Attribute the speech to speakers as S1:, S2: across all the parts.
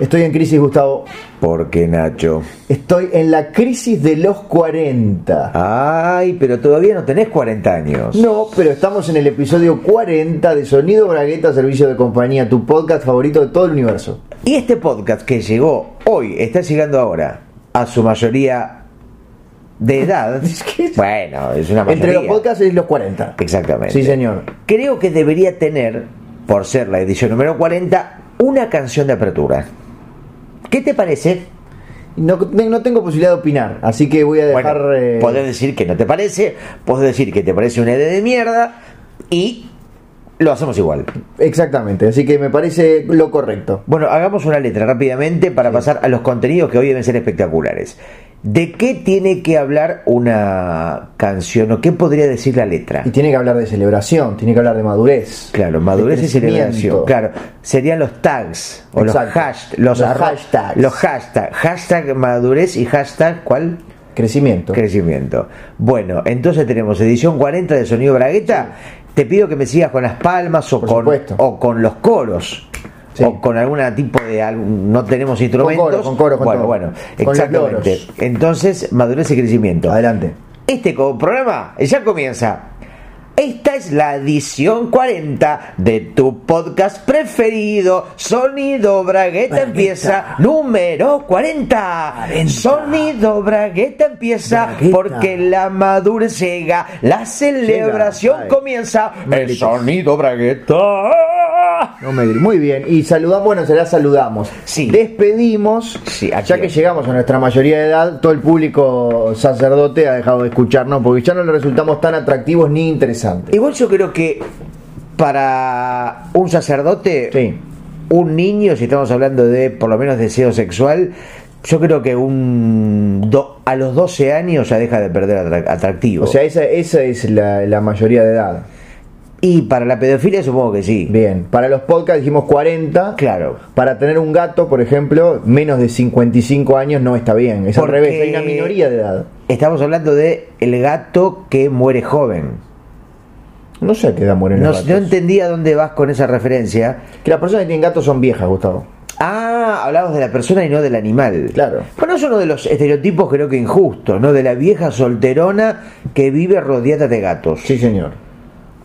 S1: Estoy en crisis, Gustavo.
S2: ¿Por qué, Nacho?
S1: Estoy en la crisis de los 40.
S2: Ay, pero todavía no tenés 40 años.
S1: No, pero estamos en el episodio 40 de Sonido Bragueta Servicio de Compañía, tu podcast favorito de todo el universo.
S2: Y este podcast que llegó hoy, está llegando ahora, a su mayoría de edad.
S1: Es que-
S2: Bueno, es una mayoría.
S1: Entre los podcasts es los 40.
S2: Exactamente.
S1: Sí, señor.
S2: Creo que debería tener, por ser la edición número 40, una canción de apertura. ¿Qué te parece?
S1: No, no tengo posibilidad de opinar, así que voy a dejar...
S2: Bueno,
S1: eh,
S2: podés decir que no te parece, podés decir que te parece una idea de mierda y lo hacemos igual.
S1: Exactamente, así que me parece lo correcto.
S2: Bueno, hagamos una letra rápidamente para pasar a los contenidos que hoy deben ser espectaculares. ¿De qué tiene que hablar una canción o qué podría decir la letra?
S1: Y tiene que hablar de celebración, tiene que hablar de madurez.
S2: Claro,
S1: de
S2: madurez y
S1: crecimiento.
S2: celebración. Claro, serían los tags o
S1: Exacto.
S2: los hashtags. Los,
S1: Los
S2: arro-
S1: hashtags.
S2: Los hashtags. Hashtag madurez y hashtag, ¿cuál?
S1: Crecimiento.
S2: Crecimiento. Bueno, entonces tenemos edición 40 de Sonido Bragueta. Te pido que me sigas con las palmas o,
S1: Por
S2: con,
S1: supuesto.
S2: o con los coros.
S1: Sí.
S2: O con algún tipo de. algún- No tenemos instrumentos.
S1: coros, con coros, con
S2: bueno,
S1: todo.
S2: bueno,
S1: Con los
S2: exactamente.
S1: loros.
S2: Entonces, madurez y crecimiento.
S1: Adelante.
S2: Este co- programa ya comienza. Esta es la edición 40 de tu podcast preferido. Sonido Bragueta,
S1: Bragueta.
S2: empieza número 40.
S1: 40.
S2: Sonido Bragueta empieza
S1: Bragueta.
S2: porque la madurez llega, la celebración
S1: Ay.
S2: comienza. El
S1: grites.
S2: sonido Bragueta.
S1: No me dir- Muy bien, y saludamos, bueno, será saludamos.
S2: Sí.
S1: Despedimos,
S2: Sí, ¿a
S1: ya
S2: quién?
S1: que llegamos a nuestra mayoría de edad, todo el público sacerdote ha dejado de escucharnos porque ya no le resultamos tan atractivos ni interesantes.
S2: Igual yo creo que para un sacerdote,
S1: Sí.
S2: un niño, si estamos hablando de por lo menos deseo sexual, yo creo que un do- a los 12 años ya deja de perder atra- atractivo.
S1: O sea, esa, esa es la, la mayoría de edad.
S2: y para la pedofilia supongo que sí.
S1: Bien, para los podcasts dijimos 40.
S2: Claro.
S1: Para tener un gato, por ejemplo, menos de 55 años no está bien. Es
S2: Porque-
S1: al revés, hay una minoría de edad.
S2: Estamos hablando de el gato que muere joven.
S1: No sé a qué edad mueren
S2: No,
S1: los
S2: no
S1: gatos.
S2: entendía dónde vas con esa referencia.
S1: Que las personas que tienen gatos son viejas, Gustavo.
S2: Ah, hablabas de la persona y no del animal.
S1: Claro.
S2: Bueno, es uno de los estereotipos creo que injustos, ¿no? De la vieja solterona que vive rodeada de gatos.
S1: Sí, señor.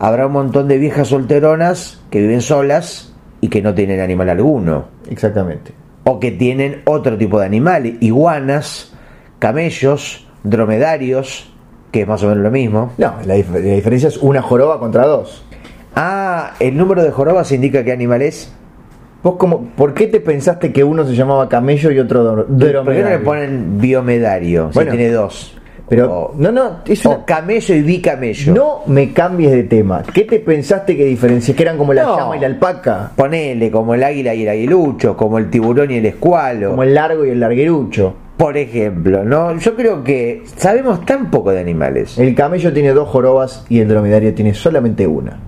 S2: Habrá un montón de viejas solteronas que viven solas y que no tienen animal alguno.
S1: Exactamente.
S2: O que tienen otro tipo de animal, iguanas, camellos, dromedarios, que es más o menos lo mismo.
S1: No, la, dif- la diferencia es una joroba contra dos.
S2: Ah, el número de jorobas indica qué animal es.
S1: ¿Vos como, ¿Por qué te pensaste que uno se llamaba camello y otro dro-
S2: ¿Por qué no le
S1: dromedario?
S2: ponen biomedario?
S1: Bueno.
S2: si tiene dos.
S1: Pero,
S2: O-
S1: no, no, es
S2: o
S1: una-
S2: camello y bicamello.
S1: no me cambies de tema. ¿Qué te pensaste que diferencias? ¿Que eran como la
S2: No.
S1: llama y la alpaca?
S2: Ponele como el águila y el aguilucho, como el tiburón y el escualo.
S1: Como el largo y el larguerucho.
S2: Por ejemplo, ¿no? Yo creo que sabemos tan poco de animales.
S1: El camello tiene dos jorobas y el dromedario tiene solamente una.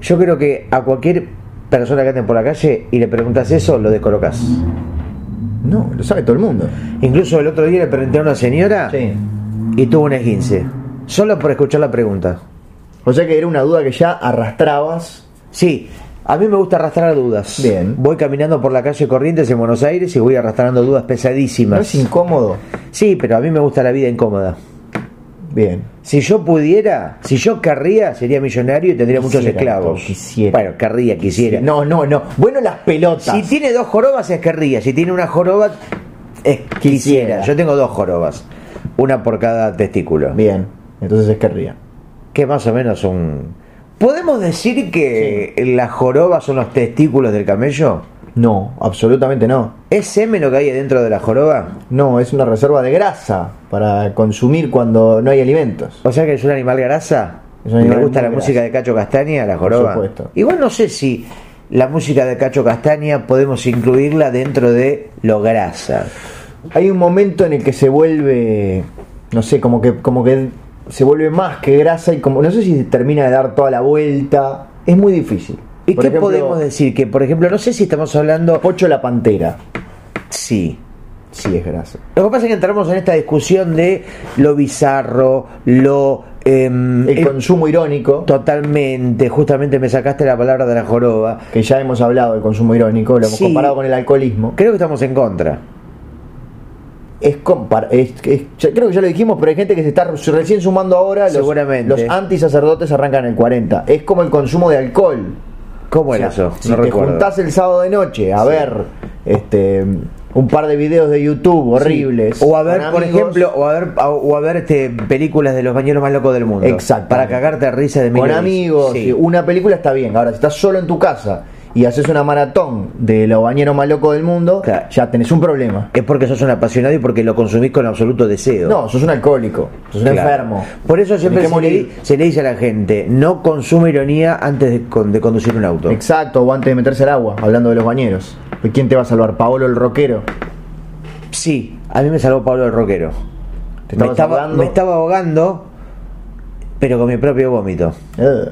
S2: Yo creo que a cualquier persona que ande por la calle y le preguntas eso, lo descolocas.
S1: No, lo sabe todo el mundo.
S2: Incluso el otro día le pregunté a una señora
S1: Sí.
S2: y tuvo un esguince. Solo por escuchar la pregunta.
S1: O sea que era una duda que ya arrastrabas.
S2: Sí, a mí me gusta arrastrar dudas.
S1: Bien.
S2: Voy caminando por la calle Corrientes en Buenos Aires y voy arrastrando dudas
S1: ¿No es
S2: pesadísimas.
S1: incómodo?
S2: Sí, pero a mí me gusta la vida incómoda.
S1: Bien.
S2: Si yo pudiera, si yo querría, sería millonario y tendría muchos
S1: Quisiera,
S2: esclavos.
S1: Gastón, quisiera.
S2: Bueno, querría, quisiera.
S1: No, no, no. Bueno, las pelotas.
S2: Si tiene dos jorobas es querría, si tiene una joroba es eh, quisiera.
S1: Quisiera.
S2: Yo tengo dos jorobas, una por cada testículo.
S1: Bien. Entonces es que ría.
S2: Que más o menos un... ¿Podemos decir que las jorobas son los testículos del camello?
S1: No, absolutamente no.
S2: ¿Es semen lo que hay dentro de la joroba?
S1: No, es una reserva de grasa para consumir cuando no hay alimentos.
S2: O sea que es un animal grasa.
S1: Es un animal
S2: ¿Le gusta
S1: muy
S2: la
S1: grasa.
S2: música de Cacho Castaña, la joroba?
S1: supuesto.
S2: Igual no sé si la música de Cacho Castaña podemos incluirla dentro de lo grasa.
S1: Hay un momento en el que se vuelve, no sé, como que, como que se vuelve más que grasa y como no sé si termina de dar toda la vuelta. Es muy difícil.
S2: ¿Y
S1: Por
S2: qué
S1: ejemplo,
S2: podemos decir? Que, por ejemplo, no sé si estamos hablando...
S1: Pocho la pantera.
S2: Sí.
S1: Sí es grasa.
S2: Lo que pasa es que entramos en esta discusión de lo bizarro, lo em,
S1: El
S2: es-
S1: consumo irónico,
S2: totalmente, justamente me sacaste la palabra de la joroba.
S1: que ya hemos hablado del consumo irónico, lo hemos
S2: Sí.
S1: comparado con el alcoholismo.
S2: Creo que estamos en contra.
S1: Es compar es- es- ya- creo que ya lo dijimos, pero hay gente que se está recién sumando ahora. Los,
S2: Seguramente.
S1: Los antisacerdotes arrancan en el 40. Es como el consumo de alcohol.
S2: ¿Cómo
S1: O sea,
S2: era eso?
S1: Si
S2: no
S1: te
S2: recuerdo.
S1: juntás el sábado de noche a
S2: Sí.
S1: ver este un par de videos de YouTube
S2: Sí.
S1: horribles.
S2: O a ver,
S1: con
S2: por
S1: amigos,
S2: ejemplo, o a ver, a- o a ver este, películas de los bañeros más locos del mundo.
S1: Exacto.
S2: Para cagarte de risa de
S1: con
S2: Milo Dix.
S1: amigos,
S2: Sí.
S1: y una película está bien. Ahora, si estás solo en tu casa y haces una maratón de los bañeros más locos del mundo,
S2: Claro.
S1: ya tenés un problema.
S2: Es porque sos un apasionado y porque lo consumís con absoluto deseo.
S1: No, sos un alcohólico, sos un
S2: Claro.
S1: enfermo.
S2: Por eso siempre
S1: Tenés que
S2: se le, di-
S1: morir.
S2: se le dice a la gente, no consume ironía antes de, con- de conducir un auto.
S1: Exacto, o antes de meterse al agua, hablando de los bañeros. ¿Quién te va a salvar? ¿Paolo el rockero?
S2: Sí, a mí me salvó Pablo el Roquero.
S1: ¿Te
S2: Me
S1: estabas
S2: estaba,
S1: ahogando?
S2: me estaba ahogando, pero con mi propio vómito.
S1: Eh.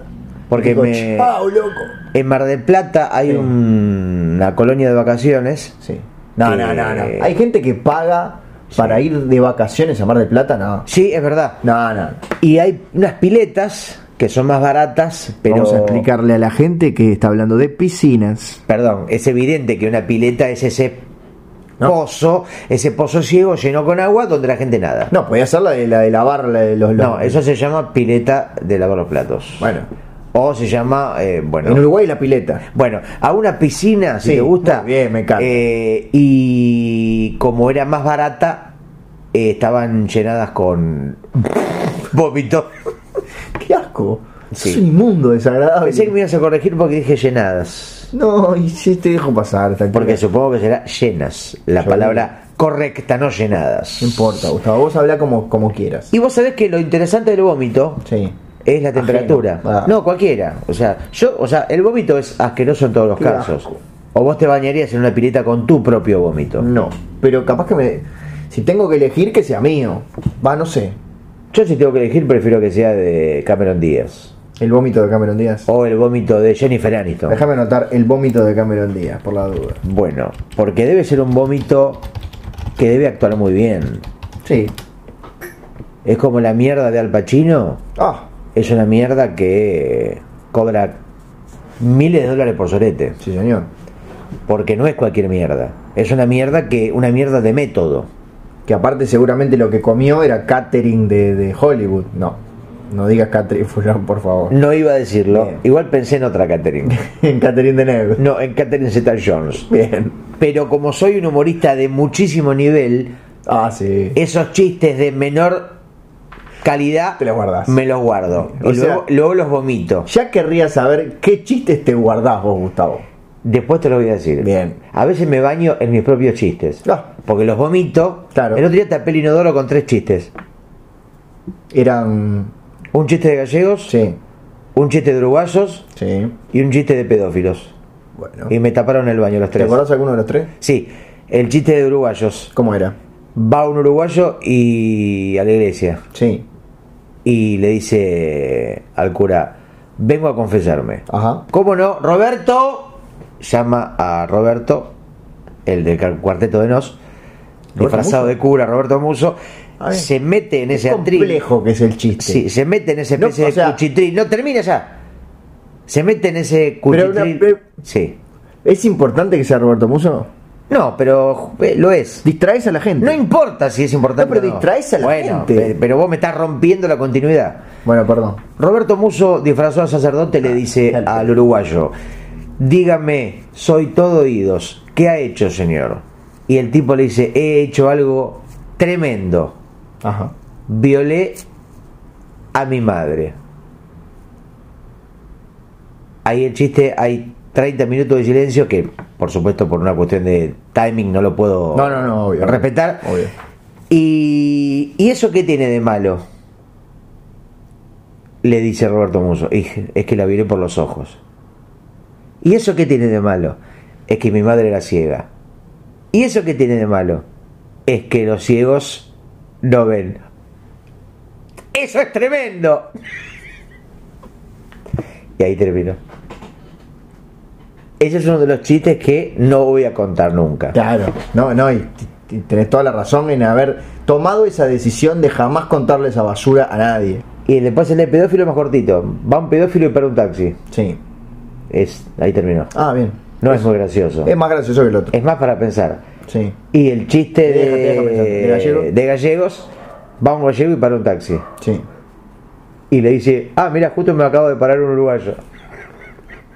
S2: Porque
S1: Digo,
S2: me-
S1: "Chau, loco!
S2: En Mar del Plata hay
S1: Sí.
S2: un- una colonia de vacaciones.
S1: Sí. No,
S2: Que-
S1: no, no, no. Hay gente que paga para ir de vacaciones a Mar del Plata, no.
S2: Sí, es verdad.
S1: No, no.
S2: Y hay unas piletas que son más baratas, pero...
S1: Vamos a explicarle a la gente que está hablando de piscinas.
S2: Perdón, es evidente que una pileta es ese
S1: ¿No?
S2: pozo, ese pozo ciego lleno con agua donde la gente nada.
S1: No, podía ser la de, la de lavar la de los, los-
S2: No, eso se llama pileta de lavar los platos.
S1: Bueno,
S2: O se llama, eh, bueno...
S1: en Uruguay la pileta.
S2: Bueno, a una piscina, si
S1: Sí,
S2: te gusta.
S1: muy bien, me encanta.
S2: eh, y como era más barata, eh, estaban llenadas con vómito.
S1: ¡Qué asco!
S2: Sí.
S1: Es un inmundo, desagradable.
S2: Pensé que me ibas a corregir porque dije llenadas.
S1: No, y sí te dejo pasar. hasta
S2: Porque
S1: que-
S2: supongo que será llenas, la
S1: Yo
S2: palabra correcta, no llenadas.
S1: No importa, Gustavo, vos habla como, como quieras.
S2: Y vos sabés que lo interesante del vómito
S1: Sí.
S2: es la temperatura.
S1: Ah.
S2: No, cualquiera. O sea, yo, o sea, el vómito es asqueroso en todos los
S1: Qué
S2: casos.
S1: asco.
S2: O vos te bañarías en una pileta con tu propio vómito.
S1: No, pero capaz que me. Si tengo que elegir, que sea mío. Va, no sé.
S2: Yo si tengo que elegir prefiero que sea de Cameron Díaz
S1: El vómito de Cameron Díaz.
S2: o el vómito de Jennifer Aniston.
S1: Déjame anotar el vómito de Cameron Díaz, por la duda.
S2: Bueno, porque debe ser un vómito que debe actuar muy bien.
S1: Sí.
S2: Es como la mierda de Al Pacino,
S1: Ah,
S2: es una mierda que cobra miles de dólares por sorete,
S1: sí, señor.
S2: porque no es cualquier mierda. Es una mierda que una mierda de método.
S1: Que aparte, seguramente lo que comió era catering de, de Hollywood. No, no digas catering, Fulán, por favor.
S2: No iba a decirlo.
S1: Bien.
S2: Igual pensé en otra Catherine.
S1: en catering de Neve.
S2: No, en Catherine Zeta-Jones.
S1: Bien.
S2: Pero como soy un humorista de muchísimo nivel,
S1: Ah, sí.
S2: esos chistes de menor calidad
S1: Te los guardás.
S2: me los guardo
S1: O
S2: y
S1: sea-
S2: luego, luego los vomito
S1: Ya querría saber qué chistes te guardás vos, Gustavo.
S2: después te lo voy a decir
S1: Bien.
S2: a veces me baño en mis propios chistes
S1: Ah.
S2: porque los vomito
S1: Claro.
S2: el otro día tapé el inodoro con tres chistes
S1: Eran.
S2: un chiste de gallegos
S1: Sí,
S2: un chiste de uruguayos
S1: sí.
S2: y un chiste de pedófilos
S1: Bueno.
S2: y me taparon el baño los
S1: ¿Te
S2: tres
S1: acordás alguno de los tres?
S2: sí el chiste de uruguayos
S1: ¿Cómo era?
S2: va un uruguayo y a la iglesia
S1: Sí.
S2: y le dice al cura vengo a confesarme
S1: Ajá.
S2: ¿Cómo no? Roberto llama a Roberto, el del ca- cuarteto de Nos,
S1: ¿Roberto
S2: disfrazado
S1: Musso?
S2: de cura, Roberto Muso,
S1: A ver.
S2: se mete en ese
S1: Qué
S2: atril.
S1: complejo que es el chiste.
S2: Sí, se mete en ese
S1: No,
S2: especie
S1: o sea-
S2: de cuchitril. No, termina ya. Se mete en ese
S1: Pero
S2: cuchitril.
S1: una- pero-
S2: Sí.
S1: ¿Es importante que sea Roberto Muso?
S2: No, pero eh, lo es.
S1: Distraes a la gente.
S2: No importa si es importante.
S1: No, pero
S2: o
S1: distraes a la
S2: Bueno,
S1: gente.
S2: pe- pero vos me estás rompiendo la continuidad.
S1: bueno, perdón.
S2: Roberto Muso, disfrazado de sacerdote,
S1: Ah,
S2: le dice
S1: dale.
S2: al uruguayo, dígame, soy todo oídos, ¿qué ha hecho, señor? Y el tipo le dice, he hecho algo tremendo,
S1: Ajá.
S2: violé a mi madre. Ahí el chiste, hay 30 minutos de silencio que, por supuesto, por una cuestión de timing no lo puedo
S1: No, no, no, obvio.
S2: respetar.
S1: Obvio.
S2: ¿Y, ¿y eso qué tiene de malo? Le dice Roberto Muso. "Y Es que la violé por los ojos. ¿Y eso qué tiene de malo? Es que mi madre era ciega. ¿Y eso qué tiene de malo? Es que los ciegos no ven. ¡Eso es tremendo! Y ahí terminó. Ese es uno de los chistes que no voy a contar nunca.
S1: Claro. No, no, y t- t- tenés toda la razón en haber tomado esa decisión de jamás contarle esa basura a nadie.
S2: Y el pase de pedófilo es más cortito. Va un pedófilo y para un taxi.
S1: Sí.
S2: Es, ahí terminó.
S1: Ah, bien.
S2: No es muy gracioso.
S1: Es más gracioso que el otro.
S2: Es más para pensar.
S1: Sí.
S2: Y el chiste de,
S1: Déjame, déjame pensar. ¿De gallego?
S2: de gallegos, va un gallego y para un taxi.
S1: Sí.
S2: Y le dice, ah, mira, justo me acabo de parar un uruguayo.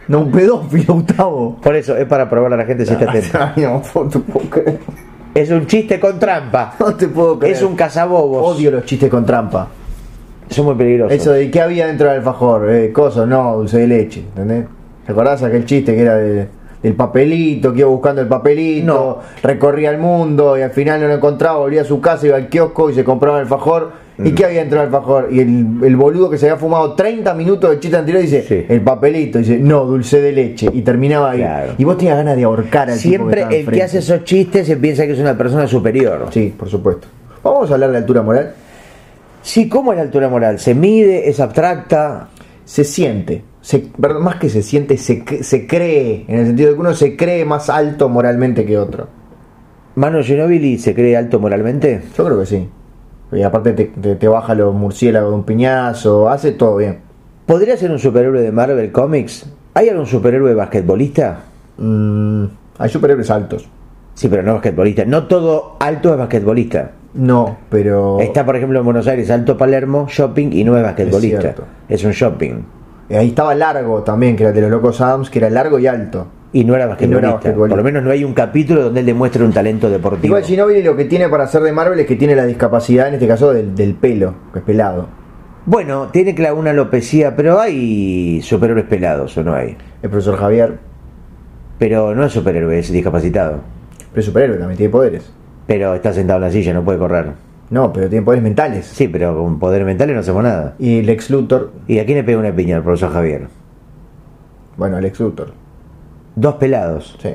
S1: No, un pedófilo, Gustavo.
S2: Por eso, es para probar a la gente si está atenta.
S1: Ay, no, no te puedo creer.
S2: Es un chiste con trampa.
S1: No te puedo creer.
S2: Es un cazabobos.
S1: Odio los chistes con trampa.
S2: Son muy peligrosos.
S1: Eso de qué había dentro del alfajor, eh, coso, no, dulce de leche, ¿entendés? ¿Te acordás aquel chiste que era de- del papelito, que iba buscando el papelito,
S2: No.
S1: recorría el mundo y al final no lo encontraba, volvía a su casa, iba al kiosco y se compraba el alfajor? ¿Y
S2: Mm.
S1: qué había dentro del alfajor? Y el, el boludo que se había fumado 30 minutos del chiste anterior dice,
S2: Sí.
S1: el papelito, dice, no, dulce de leche, y terminaba ahí.
S2: Claro.
S1: Y vos tenías ganas de ahorcar al tipo
S2: Siempre
S1: estaba
S2: el que
S1: enfrente.
S2: hace esos chistes se piensa que es una persona superior.
S1: Sí, por supuesto. Vamos a hablar de altura moral.
S2: Sí, ¿cómo es la altura moral? ¿Se mide? ¿Es abstracta?
S1: se siente, se, perdón, más que se siente, se, cre- se cree, en el sentido de que uno se cree más alto moralmente que otro.
S2: ¿Mano Ginobili se cree alto moralmente?
S1: Yo creo que sí. Y aparte te, te- te baja los murciélagos de un piñazo, hace todo bien.
S2: ¿Podría ser un superhéroe de Marvel Comics? ¿Hay algún superhéroe basquetbolista?
S1: Mm, hay superhéroes altos.
S2: Sí, pero no basquetbolista. No todo alto es basquetbolista.
S1: No, pero
S2: Está, por ejemplo, en Buenos Aires, Alto Palermo, shopping y no es basquetbolista.
S1: cierto.
S2: Es, un shopping.
S1: eh, ahí estaba largo también, que era el de los locos Adams, que era largo y alto.
S2: Y no
S1: Y
S2: era
S1: no
S2: basquetbolista.
S1: era basquetbolista.
S2: Por lo menos no hay un capítulo donde él demuestre un talento deportivo.
S1: Igual Ginobili lo que tiene para hacer de Marvel es que tiene la discapacidad, en este caso, del, del pelo, que es pelado.
S2: Bueno, tiene que una alopecia, pero hay superhéroes pelados o no hay.
S1: El profesor Javier,
S2: Pero no es superhéroe, es discapacitado.
S1: pero es superhéroe, también tiene poderes.
S2: Pero está sentado en la silla, no puede correr.
S1: No, pero tiene poderes mentales.
S2: Sí, pero con poder mental no hacemos nada.
S1: Y Lex Luthor,
S2: ¿Y a quién le pega una piña al profesor Javier?
S1: bueno, Lex Luthor,
S2: Dos pelados.
S1: sí.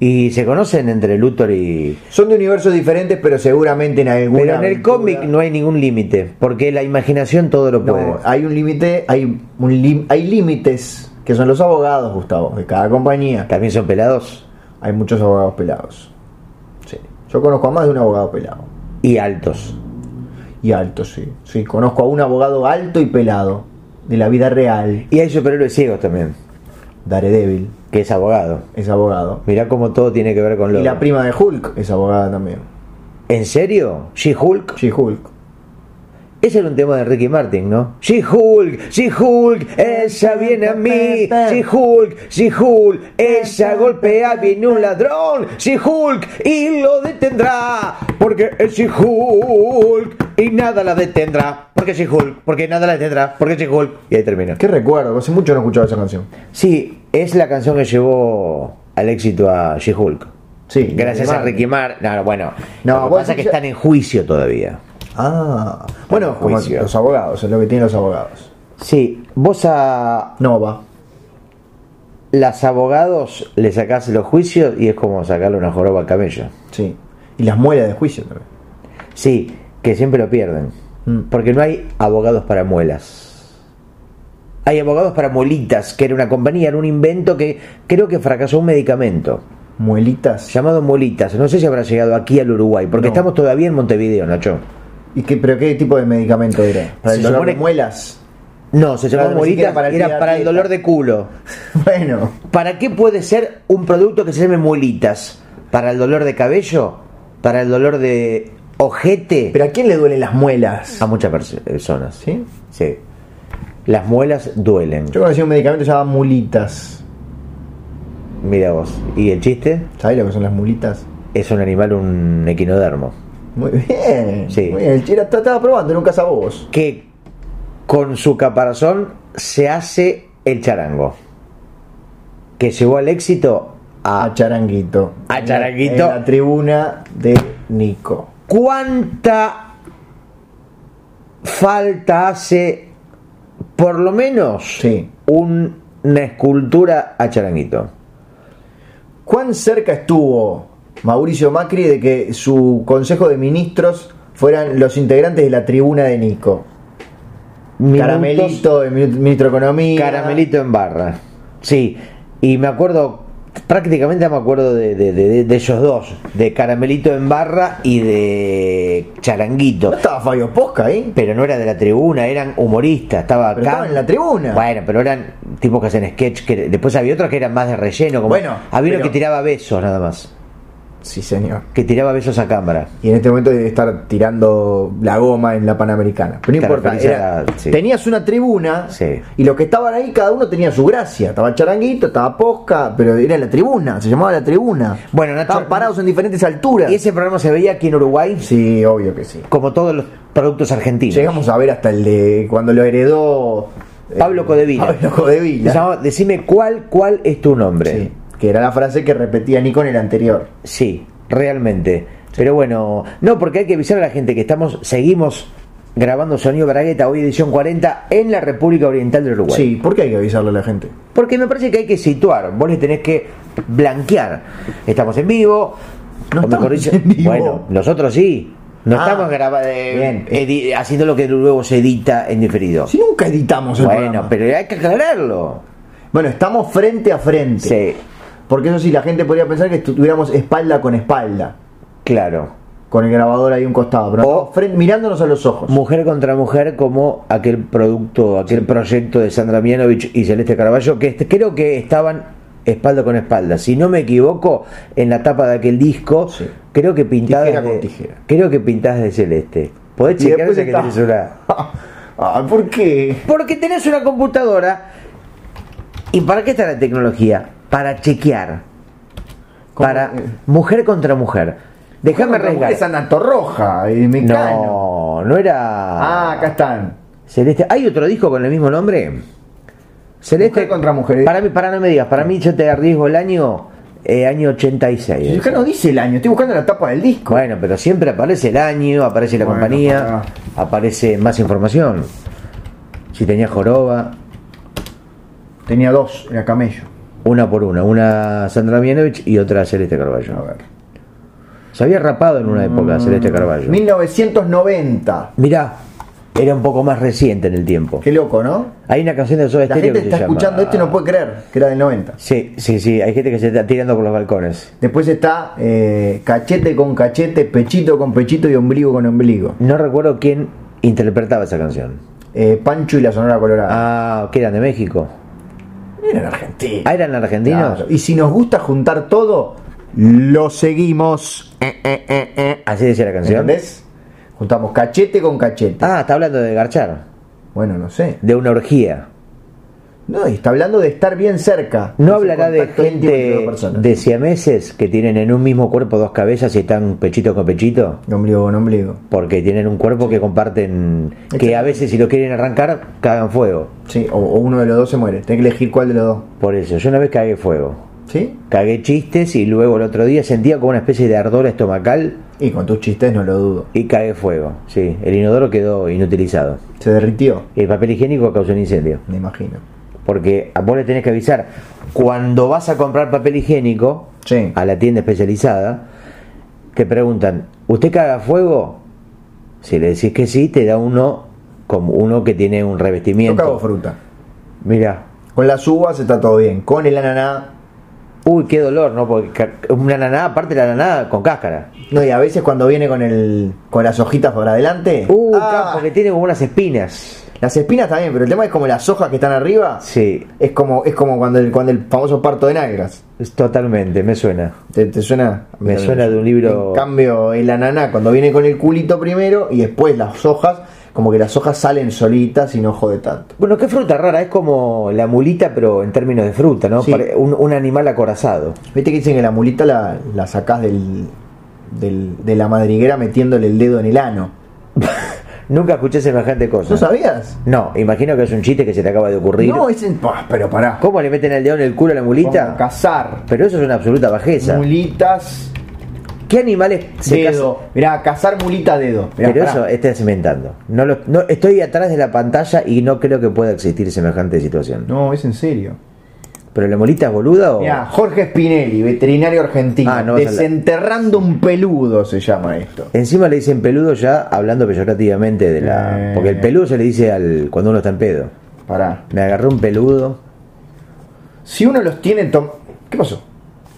S2: Y se conocen entre Luthor y...
S1: Son de universos diferentes, pero seguramente en alguna.
S2: Pero en el
S1: aventura-
S2: cómic no hay ningún límite, porque la imaginación todo lo puede.
S1: No, hay un límite, hay un lim- hay límites que son los abogados, Gustavo, de cada compañía.
S2: También son pelados
S1: Hay muchos abogados pelados. Sí. Yo conozco a más de un abogado pelado.
S2: y altos.
S1: Y alto, sí. Sí, conozco a un abogado alto y pelado. De la vida real.
S2: Y hay superhéroes ciegos también,
S1: Daredevil
S2: que es abogado.
S1: es abogado.
S2: Mirá cómo todo tiene que ver con
S1: Y
S2: lo...
S1: la prima de Hulk es abogada también.
S2: ¿En serio? ¿She-Hulk?
S1: Sí, Hulk.
S2: Ese era un tema de Ricky Martin, ¿no? She-Hulk, She-Hulk, ella viene a mí. She-Hulk, She-Hulk, ella golpea, viene un ladrón. She-Hulk y lo detendrá. Porque es She-Hulk y nada la detendrá. Porque es She-Hulk, porque nada la detendrá. Porque es She-Hulk. Y ahí termina.
S1: Qué recuerdo, hace mucho no escuchaba esa canción.
S2: Sí, es la canción que llevó al éxito a She-Hulk.
S1: Sí.
S2: Gracias a
S1: Martin.
S2: Ricky Martin. No, no, bueno.
S1: No,
S2: lo que
S1: vos
S2: pasa es que
S1: decís-
S2: están en juicio todavía.
S1: Ah, bueno, como
S2: Juicio.
S1: los abogados, es lo que tienen los abogados.
S2: Sí, vos a
S1: Nova.
S2: las abogados le sacás los juicios y es como sacarle una joroba al camello.
S1: Sí. Y las muelas de juicio también.
S2: Sí, que siempre lo pierden.
S1: Mm.
S2: Porque no hay abogados para muelas. Hay abogados para muelitas, que era una compañía, era un invento que creo que fracasó un medicamento
S1: Muelitas.
S2: llamado muelitas. No sé si habrá llegado aquí al Uruguay, porque
S1: No.
S2: estamos todavía en Montevideo, Nacho.
S1: ¿Y qué, ¿Pero qué tipo de medicamento era? ¿Para
S2: Se
S1: el dolor
S2: supone-
S1: de muelas?
S2: No, se llamaba
S1: Claro, ni siquiera
S2: muelitas,
S1: para el pie
S2: era
S1: de
S2: para el
S1: atleta.
S2: dolor de culo.
S1: Bueno,
S2: ¿Para qué puede ser un producto que se llame muelitas? ¿Para el dolor de cabello? ¿Para el dolor de ojete?
S1: ¿pero a quién le duelen las muelas?
S2: A muchas perso- personas.
S1: ¿Sí?
S2: Sí. Las muelas duelen.
S1: Yo conocí un medicamento llamado mulitas.
S2: Mira vos. ¿Y el chiste?
S1: ¿Sabés lo que son las mulitas?
S2: Es un animal, un equinodermo.
S1: Muy bien.
S2: Sí.
S1: Muy bien. El chira estaba probando en un cazabobos.
S2: Que con su caparazón se hace el charango. Que llevó al éxito a...
S1: A Ah. Charanguito.
S2: A
S1: En la-
S2: Charanguito.
S1: En la tribuna de Nico.
S2: ¿Cuánta falta hace, por lo menos,
S1: Sí.
S2: un- una escultura a charanguito?
S1: ¿Cuán cerca estuvo Mauricio Macri de que su consejo de ministros fueran los integrantes de la tribuna de Nico?
S2: Minutos-
S1: Caramelito, el minu- ministro de Economía.
S2: Caramelito en barra. Sí. Y me acuerdo prácticamente me acuerdo de, de- de- de ellos dos, de Caramelito en Barra y de Charanguito.
S1: No estaba Fabio Posca ahí.
S2: Pero no era de la tribuna, eran humoristas, estaba acá.
S1: Pero estaba en la tribuna.
S2: Bueno, pero eran tipos que hacen sketch, que después había otros que eran más de relleno, como
S1: Bueno,
S2: había uno
S1: pero-
S2: que tiraba besos nada más,
S1: Sí, señor.
S2: que tiraba besos a cámara.
S1: Y en este momento debe estar tirando la goma en la Panamericana. Pero
S2: Te
S1: no importa.
S2: referís
S1: era-
S2: a la- sí.
S1: Tenías una tribuna
S2: Sí.
S1: y los que estaban ahí, cada uno tenía su gracia. Estaba Charanguito, estaba Posca, pero era la tribuna, se llamaba la tribuna.
S2: Bueno, Nacho-
S1: Estaban parados en diferentes alturas.
S2: Y ese programa se veía aquí en Uruguay,
S1: Sí, obvio que sí.
S2: como todos los productos argentinos.
S1: Llegamos a ver hasta el de cuando lo heredó eh,
S2: Pablo Codevila.
S1: Pablo Codevila.
S2: Se llamaba, Decime cuál, cuál es tu nombre.
S1: Sí, que era la frase que repetía Nico en el anterior.
S2: Sí, realmente. Pero bueno, no, porque hay que avisar a la gente que estamos, seguimos grabando Sonido Bragueta, hoy edición 40, en la República Oriental del Uruguay.
S1: Sí, ¿por qué hay que avisarle a la gente?
S2: Porque me parece que hay que situar, vos les tenés que blanquear. Estamos en vivo.
S1: No
S2: o mejor
S1: estamos
S2: dicho,
S1: en vivo.
S2: Bueno, nosotros sí. No
S1: Ah,
S2: estamos grabando,
S1: bien.
S2: haciendo lo que luego se edita en diferido.
S1: Si nunca editamos el
S2: bueno,
S1: programa.
S2: pero hay que aclararlo.
S1: Bueno, estamos frente a frente.
S2: Sí,
S1: Porque eso sí, la gente podría pensar que estuviéramos espalda con espalda,
S2: claro.
S1: con el grabador ahí a un costado, pero
S2: O-
S1: no, frente- mirándonos a los ojos.
S2: Mujer contra mujer, como aquel producto, aquel proyecto de Sandra Mianovich y Celeste Carballo, que est- creo que estaban espalda con espalda. Si no me equivoco, en la tapa de aquel disco,
S1: Sí.
S2: creo que pintadas
S1: Tijera con
S2: de,
S1: tijera.
S2: creo que pintadas de Celeste. Podés
S1: Y
S2: chequear
S1: después
S2: ya que
S1: está-
S2: tenés una.
S1: Ah, ¿por qué?
S2: Porque tenés una computadora. ¿Y para qué está la tecnología? Para chequear.
S1: ¿Cómo?
S2: Para
S1: Eh.
S2: mujer contra mujer. Déjame arriesgar.
S1: Es Anatorroja, y Mecano.
S2: No, no era.
S1: eh, Ah, acá están.
S2: Celeste. ¿Hay otro disco con el mismo nombre? Celeste.
S1: Mujer contra mujer, ¿eh?
S2: Para, mí, para no me digas, para mí yo te arriesgo el año. eh, año 86.
S1: Y Acá no dice el año, estoy buscando la tapa del disco.
S2: Eh, Bueno, pero siempre aparece el año, aparece la
S1: Bueno,
S2: compañía, aparece más información. Si tenía joroba,
S1: Tenía dos, era camello.
S2: una por una, una Sandra Mianovich y otra Celeste Carballo.
S1: A ver. Mm,
S2: Se había rapado en una época Celeste Carballo.
S1: 1990.
S2: Mirá, era un poco más reciente en el tiempo.
S1: Qué loco, ¿no?
S2: Hay una canción de Soda
S1: La
S2: Stereo
S1: gente
S2: Este que
S1: está
S2: se llama-
S1: escuchando esto y no puede creer que era del 90.
S2: Sí, sí, sí, hay gente que se está tirando por los balcones.
S1: Después está eh, cachete con cachete, pechito con pechito y ombligo con ombligo.
S2: No recuerdo quién interpretaba esa canción.
S1: Eh, Pancho y la Sonora Colorada.
S2: Ah, que eran de México.
S1: Eran argentinos.
S2: Ah, eran argentinos.
S1: Claro. Y si nos gusta juntar todo, lo seguimos. Eh, eh, eh, eh.
S2: Así decía la canción.
S1: ¿Entendés? Juntamos cachete con cachete.
S2: Ah, está hablando de garchar,
S1: Bueno, no sé.
S2: de una orgía.
S1: No, y está hablando de estar bien cerca.
S2: No
S1: Ese
S2: hablará de
S1: contacto íntimo entre
S2: gente
S1: dos personas.
S2: de siameses que tienen en un mismo cuerpo dos cabezas y están pechito con pechito.
S1: Ombligo con ombligo.
S2: Porque tienen un cuerpo que comparten. Que a veces, si lo quieren arrancar, cagan fuego.
S1: Sí, o, o uno de los dos se muere. Tenés que elegir cuál de los dos.
S2: Por eso, yo una vez cagué fuego.
S1: ¿Sí?
S2: Cagué chistes y luego el otro día sentía como una especie de ardor estomacal
S1: Y con tus chistes no lo dudo.
S2: y cagué fuego. Sí, el inodoro quedó inutilizado.
S1: Se derritió,
S2: El papel higiénico causó un incendio.
S1: me imagino.
S2: Porque a vos le tenés que avisar. Cuando vas a comprar papel higiénico
S1: Sí.
S2: a la tienda especializada, te preguntan, ¿usted caga fuego? Si le decís que sí, te da uno como uno que tiene un
S1: Yo cago
S2: revestimiento.
S1: fruta.
S2: Mira,
S1: Con las uvas está todo bien. Con el ananá.
S2: uy, qué dolor, ¿no? Porque ca- una naná, aparte la naná con cáscara.
S1: No, y a veces cuando viene con el con las hojitas para adelante.
S2: Uy,
S1: ¡ah!
S2: porque tiene como unas espinas.
S1: Las espinas también, pero el tema es como las hojas que están arriba.
S2: Sí,
S1: Es como, es como cuando el, cuando el famoso parto de nalgas.
S2: es totalmente, me suena.
S1: ¿Te, te suena?
S2: Me suena de un libro-
S1: En cambio, el ananá, cuando viene con el culito primero y después las hojas, como que las hojas salen solitas y no jode tanto.
S2: Bueno, qué fruta rara, es como la mulita, pero en términos de fruta, ¿no?
S1: Sí.
S2: Pare- Un, un animal acorazado.
S1: Viste que dicen que la mulita la, la sacás del, del- de la madriguera metiéndole el dedo en el ano.
S2: Nunca escuché semejante cosa.
S1: ¿No sabías?
S2: No, imagino que es un chiste que se te acaba de ocurrir.
S1: No, es en- Ah, pero pará.
S2: ¿Cómo le meten el dedo en el culo a la mulita?
S1: Como Cazar.
S2: Pero eso es una absoluta bajeza.
S1: Mulitas.
S2: ¿Qué animales se
S1: dedo.
S2: casan?
S1: Mirá, cazar mulita dedo. Mirá,
S2: Pero
S1: pará.
S2: eso estás inventando. No lo- no, estoy atrás de la pantalla y no creo que pueda existir semejante situación.
S1: No, es en serio.
S2: ¿Pero la mulita es boluda o.?
S1: Mirá, Jorge Spinelli, veterinario argentino.
S2: Oh. Ah, no vas a hablar.
S1: desenterrando un peludo se llama esto.
S2: Encima le dicen peludo ya hablando peyorativamente de la.
S1: Eh.
S2: Porque el peludo se le dice al cuando uno está en pedo.
S1: Pará.
S2: Me agarró un peludo.
S1: Si uno los tiene tom- ¿Qué pasó?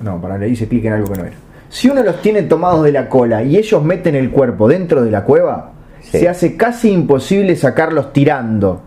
S1: No, para le hice clic en algo que no era. Si uno los tiene tomados de la cola y ellos meten el cuerpo dentro de la cueva,
S2: Sí.
S1: se hace casi imposible sacarlos tirando.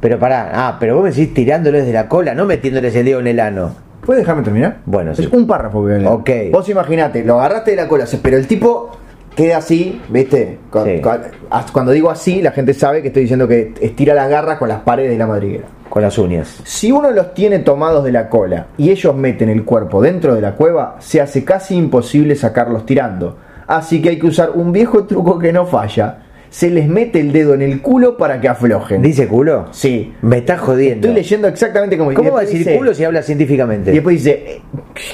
S2: Pero pará, ah, pero vos me decís tirándoles de la cola, no metiéndoles el dedo en el ano.
S1: ¿Puedes dejarme terminar?
S2: Bueno,
S1: es
S2: sí.
S1: un párrafo que voy a leer.
S2: Ok.
S1: Vos imaginate, lo agarraste de la cola, se- pero el tipo queda así, ¿viste? Con-
S2: Sí.
S1: con- as- cuando digo así, la gente sabe que estoy diciendo que estira las garras con las paredes de la madriguera.
S2: Con las uñas.
S1: Si uno los tiene tomados de la cola y ellos meten el cuerpo dentro de la cueva, se hace casi imposible sacarlos tirando. Así que hay que usar un viejo truco que no falla. Se les mete el dedo en el culo para que aflojen.
S2: ¿Dice culo?
S1: Sí.
S2: Me estás jodiendo.
S1: Estoy leyendo exactamente como y
S2: ¿Cómo va a
S1: después
S2: decir
S1: dice-
S2: culo si habla científicamente?
S1: Y después dice, eh,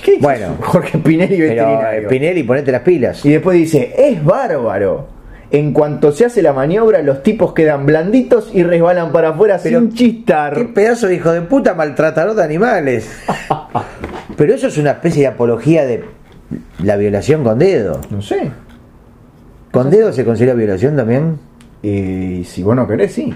S1: ¿qué es
S2: Bueno.
S1: Jorge Pinelli
S2: pero
S1: veterinario.
S2: eh, Pinelli, ponete las pilas.
S1: Y después dice, es bárbaro. En cuanto se hace la maniobra, los tipos quedan blanditos y resbalan para afuera
S2: Pero,
S1: sin chistar.
S2: Qué pedazo de hijo de puta maltratador de animales. Pero eso es una especie de apología de la violación con dedo.
S1: No sé.
S2: ¿Con dedo se considera violación también?
S1: Eh, Y si vos no querés, sí.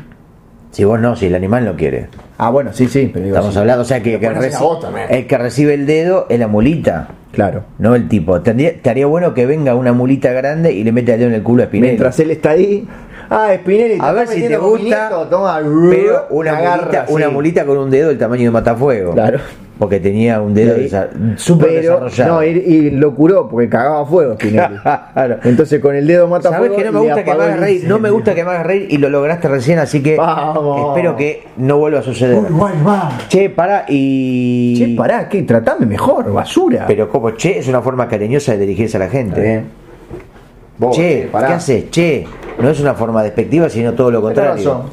S2: Si vos no, si el animal no quiere.
S1: Ah, bueno, sí, sí, pero digo,
S2: Estamos
S1: sí.
S2: hablando, o sea, que, que
S1: Bueno,
S2: reci-
S1: a vos también.
S2: el que recibe el dedo es la mulita,
S1: Claro.
S2: no el tipo. Tendría, estaría bueno que venga una mulita grande y le mete el dedo en el culo a Spinelli.
S1: Mientras él está ahí. Ah, Spinelli,
S2: a
S1: está
S2: ver si te
S1: metiendo con mi
S2: gusta,
S1: nieto, toma, uh,
S2: pero una,
S1: agarra,
S2: mulita,
S1: sí.
S2: una mulita con un dedo del tamaño de matafuego.
S1: Claro.
S2: Porque tenía un dedo
S1: Sí.
S2: desa- súper
S1: Pero-
S2: desarrollado.
S1: No, y, y lo curó porque cagaba a fuego Spinelli.
S2: Claro.
S1: Entonces con el dedo mata
S2: Sabes
S1: fuego.
S2: que no me
S1: y le
S2: gusta que
S1: apagó
S2: me hagas
S1: el
S2: reír, no me
S1: incendio.
S2: gusta que me hagas reír y lo lograste recién, así que
S1: Vamos.
S2: espero que no vuelva a suceder.
S1: Uruguay va.
S2: Che, para y
S1: Che, pará, que tratame mejor, basura.
S2: Pero como che es una forma cariñosa de dirigirse a la
S1: Está
S2: gente. ¿eh?
S1: bien. Vos, eh,
S2: Che,
S1: pará.
S2: ¿qué haces? Che, no es una forma despectiva, sino todo lo
S1: Tenés
S2: contrario.
S1: razón.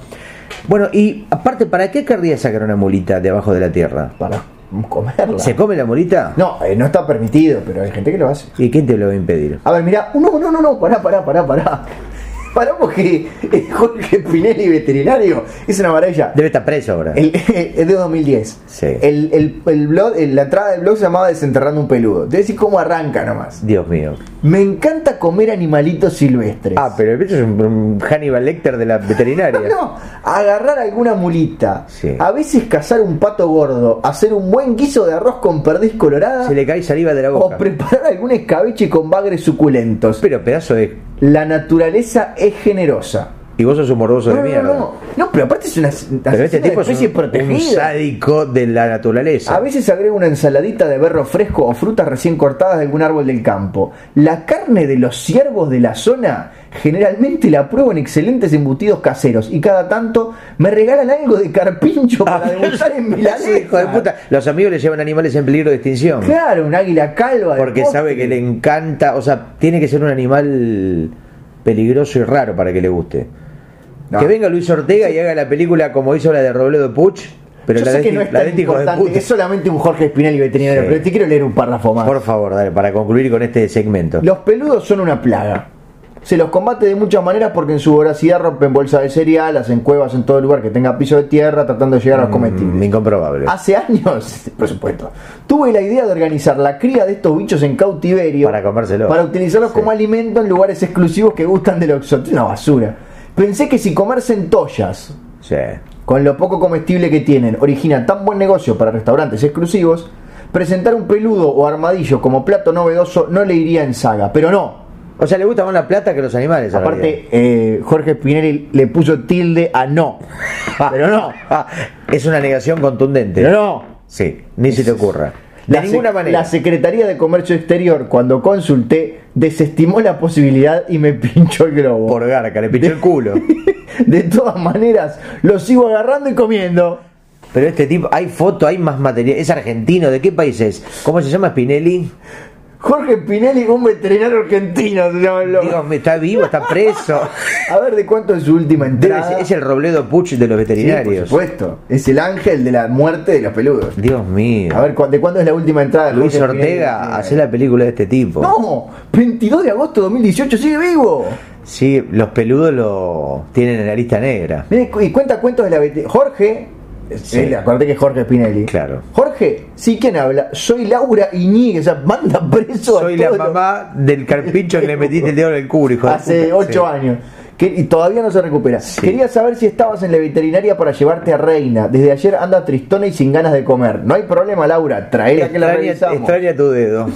S2: Bueno, y aparte, ¿para qué querría sacar una mulita de abajo de la tierra?
S1: Para comerla.
S2: ¿Se come la mulita?
S1: No, eh, no está permitido, pero hay gente que lo hace.
S2: ¿Y quién te lo va a impedir?
S1: A ver, mirá, no, no, no, no, pará, pará, pará, pará. Pará porque eh, Jorge Pinelli, veterinario, es una maravilla.
S2: Debe estar preso ahora.
S1: El- es de 2010.
S2: Sí.
S1: El, el- el blog, el- la entrada del blog se llamaba Desenterrando un peludo. Te decís cómo arranca nomás.
S2: Dios mío.
S1: Me encanta comer animalitos silvestres.
S2: Ah, pero
S1: este
S2: el bicho es un, un Hannibal Lecter de la veterinaria.
S1: No, agarrar alguna mulita.
S2: Sí.
S1: A veces cazar un pato gordo, hacer un buen guiso de arroz con perdiz colorada
S2: Se le cae saliva de la
S1: o
S2: boca.
S1: preparar algún escabeche con bagres suculentos.
S2: Pero pedazo de.
S1: La naturaleza es generosa.
S2: Y vos sos un morboso
S1: No,
S2: de
S1: no,
S2: mierda.
S1: no, no. No, pero aparte es una,
S2: Pero este
S1: asesina de
S2: tipo es
S1: especie
S2: un, un
S1: protegida.
S2: sádico de la naturaleza.
S1: A veces agrego una ensaladita de berro fresco o frutas recién cortadas de algún árbol del campo. La carne de los ciervos de la zona generalmente la pruebo en excelentes embutidos caseros y cada tanto me regalan algo de carpincho para degustar en milanesa.
S2: Ah, Hijo de puta. Los amigos le llevan animales en peligro de extinción.
S1: Claro, un águila calva. de
S2: Porque
S1: postre.
S2: sabe que le encanta, o sea, tiene que ser un animal peligroso y raro para que le guste.
S1: No.
S2: Que venga Luis Ortega y haga la película como hizo la de Robledo Puch, pero
S1: Yo
S2: la
S1: sé
S2: de,
S1: que no es
S2: la
S1: tan
S2: de este hijo de
S1: importante,
S2: puta.
S1: es solamente un Jorge Espinal y veterinario,
S2: Sí.
S1: pero te quiero leer un párrafo más.
S2: Por favor, dale, para concluir con este segmento.
S1: Los peludos son una plaga. Se los combate de muchas maneras porque en su voracidad rompen bolsas de cereal, hacen cuevas en todo lugar que tenga piso de tierra, tratando de llegar a los comestibles.
S2: Mm, incomprobable.
S1: Hace años, por supuesto, tuve la idea de organizar la cría de estos bichos en cautiverio
S2: Para comérselos.
S1: Para utilizarlos
S2: Sí.
S1: como alimento en lugares exclusivos que gustan de lo exótico. Una basura. Pensé que si comer centollas,
S2: Sí.
S1: con lo poco comestible que tienen, origina tan buen negocio para restaurantes exclusivos, presentar un peludo o armadillo como plato novedoso no le iría en saga. Pero no.
S2: O sea, le gusta más la plata que los animales. en realidad.
S1: Aparte, eh, Jorge Spinelli le puso tilde a no. Pero no.
S2: Ah, es una negación contundente.
S1: Pero no.
S2: Sí, ni se te ocurra. De
S1: La,
S2: ninguna
S1: sec-
S2: manera.
S1: la Secretaría de Comercio Exterior, cuando consulté, desestimó la posibilidad y me pinchó el globo.
S2: Por garca, le pinchó el culo.
S1: De todas maneras, lo sigo agarrando y comiendo.
S2: Pero este tipo, hay foto, hay más material. Es argentino, ¿de qué país es? ¿Cómo se llama Spinelli?
S1: Jorge Spinelli, un veterinario argentino, se llama el loco.
S2: Digo, me está vivo, está preso.
S1: A ver de cuánto es su última
S2: Debe
S1: entrada.
S2: ser- es el Robledo Puch de los
S1: Sí, por
S2: veterinarios.
S1: supuesto. Es el ángel de la muerte de los peludos.
S2: Dios mío.
S1: A ver, ¿cu- ¿de cuándo es la última entrada? de
S2: Luis
S1: Jorge Spinelli?
S2: Ortega hace la película de este tipo.
S1: No, 22 de agosto de 2018, sigue vivo.
S2: Sí, los peludos lo tienen en la lista negra.
S1: Mirá, y cu- y cuenta cuentos de la vete- Jorge.
S2: Sí.
S1: eh, le acordé que es Jorge Spinelli.
S2: Claro.
S1: Jorge, sí, ¿quién habla? Soy Laura Iñiguez, o sea, manda preso
S2: Soy
S1: a
S2: la
S1: todos los-
S2: mamá del carpincho que le metiste el dedo en el culo, hijo de
S1: hace
S2: puta.
S1: ocho
S2: Sí.
S1: años. Que, y todavía no se recupera.
S2: Sí.
S1: Quería saber si estabas en la veterinaria para llevarte a Reina. Desde ayer anda tristona y sin ganas de comer. No hay problema, Laura. Traela que la
S2: Extraña,
S1: revisamos.
S2: extraña tu dedo.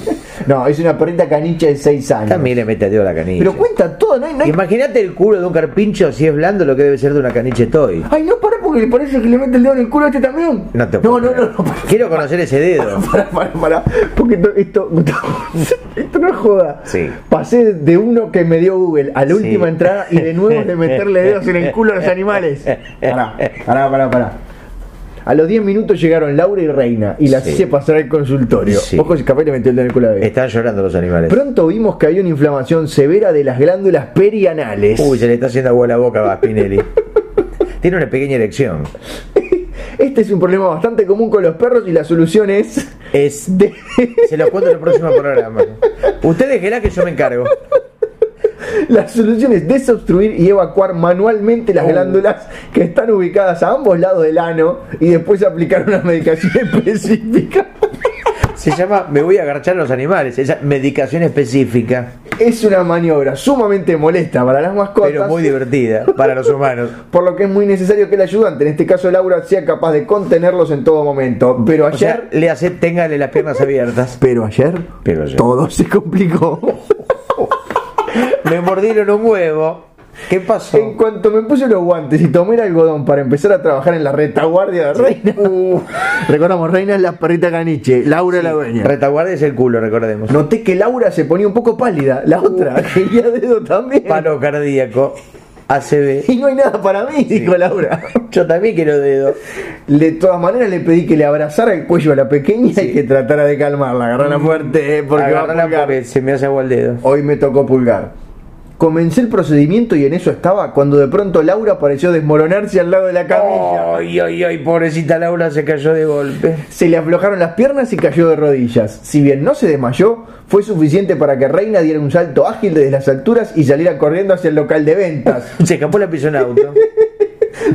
S1: No, es una perrita caniche de 6 años.
S2: También le mete a la canilla.
S1: Pero cuenta ¿eh? todo, no hay... No hay...
S2: Imagínate el culo de un carpincho si es blando lo que debe ser de una caniche toy.
S1: Ay, no, para porque le parece que le mete el dedo en el culo a este también.
S2: No te
S1: no,
S2: puedo
S1: no, no,
S2: creer.
S1: no, para,
S2: Quiero conocer ese dedo.
S1: para, para, para. Porque esto, esto, esto no es joda.
S2: Sí.
S1: Pasé de uno que me dio Google a la
S2: Sí.
S1: última entrada y de nuevo de meterle dedos en el culo a los animales. Pará, pará, pará, pará. A los 10 minutos llegaron Laura y Reina y las
S2: Sí.
S1: hice pasar al consultorio.
S2: Sí. Este.
S1: Ojo, si capaz le metió el dedo en el culo a la bebé.
S2: Están llorando los animales.
S1: Pronto vimos que había una inflamación severa de las glándulas perianales.
S2: Uy, se le está haciendo agua a la boca a Spinelli. Tiene una pequeña erección.
S1: Este es un problema bastante común con los perros y la solución es...
S2: Es.
S1: de-
S2: Se los cuento en el próximo programa. Usted déjela que yo me encargo.
S1: La solución es desobstruir y evacuar manualmente las
S2: Oh.
S1: glándulas que están ubicadas a ambos lados del ano y después aplicar una medicación específica.
S2: Se llama Me voy a agarchar a los animales. Esa medicación específica,
S1: Es una maniobra sumamente molesta para las mascotas.
S2: pero muy divertida para los humanos.
S1: por lo que es muy necesario que el ayudante, en este caso Laura, sea capaz de contenerlos en todo momento. Pero
S2: O
S1: ayer,
S2: sea, le hace, téngale las piernas abiertas.
S1: pero ayer,
S2: Pero ayer.
S1: todo se complicó.
S2: Me mordieron un huevo. ¿Qué pasó?
S1: En cuanto me puse los guantes y tomé el algodón para empezar a trabajar en la retaguardia de Reina, Uh. recordamos, Reina es la perrita caniche, Laura es la dueña.
S2: Retaguardia es el culo, recordemos.
S1: Noté que Laura se ponía un poco pálida, la otra quería dedo también.
S2: Palo cardíaco. ACB.
S1: Y no hay nada para mí, dijo Laura.
S2: Yo también quiero dedo.
S1: De todas maneras le pedí que le abrazara el cuello a la pequeña y que tratara de calmarla, agarrarla fuerte, eh, porque va a
S2: Agarrala
S1: pulgar.
S2: porque se me hace agua el dedo.
S1: Hoy me tocó pulgar. Comencé el procedimiento y en eso estaba cuando de pronto Laura pareció desmoronarse al lado de la camilla.
S2: Ay, ay, ay, pobrecita Laura se cayó de golpe.
S1: Se le aflojaron las piernas y cayó de rodillas. Si bien no se desmayó, fue suficiente para que Reina diera un salto ágil desde las alturas y saliera corriendo hacia el local de ventas.
S2: Se escapó la pisó en auto.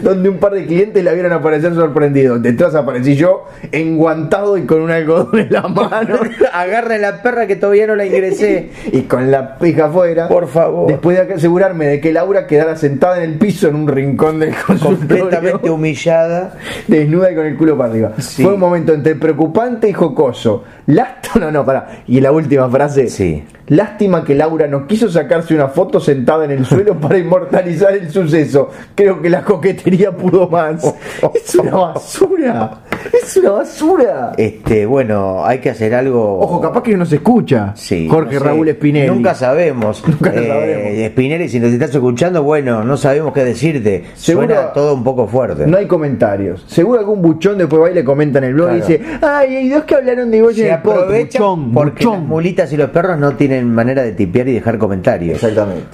S1: donde un par de clientes la vieron aparecer sorprendido. Detrás aparecí yo, enguantado y con un algodón en la mano
S2: Agarra la perra que todavía no la ingresé.
S1: y con la pija afuera.
S2: Por favor.
S1: Después de asegurarme de que Laura quedara sentada en el piso en un rincón del consultorio,
S2: Completamente humillada.
S1: desnuda y con el culo para arriba.
S2: Sí.
S1: Fue un momento entre preocupante y jocoso. Lástima, no, no, pará. Y la última frase.
S2: Sí.
S1: Lástima que Laura no quiso sacarse una foto sentada en el suelo para inmortalizar el suceso. Creo que la coquetería pudo más. Es una basura. Es una basura.
S2: Este, bueno, hay que hacer algo.
S1: Ojo, capaz que no se escucha.
S2: Sí,
S1: Jorge
S2: no sé.
S1: Raúl Espinelli.
S2: Nunca sabemos. Eh,
S1: Nunca lo sabremos.
S2: Spinelli, si nos estás escuchando, bueno, no sabemos qué decirte.
S1: Seguro-
S2: Suena todo un poco fuerte.
S1: No hay comentarios. Seguro algún buchón después va y le comenta en el blog y
S2: Claro.
S1: dice, ay, hay dos que hablaron de vos en
S2: se
S1: el podcast".
S2: aprovechan
S1: Buchón,
S2: porque
S1: buchón.
S2: las mulitas y los perros no tienen manera de tipear y dejar comentarios.
S1: Exactamente.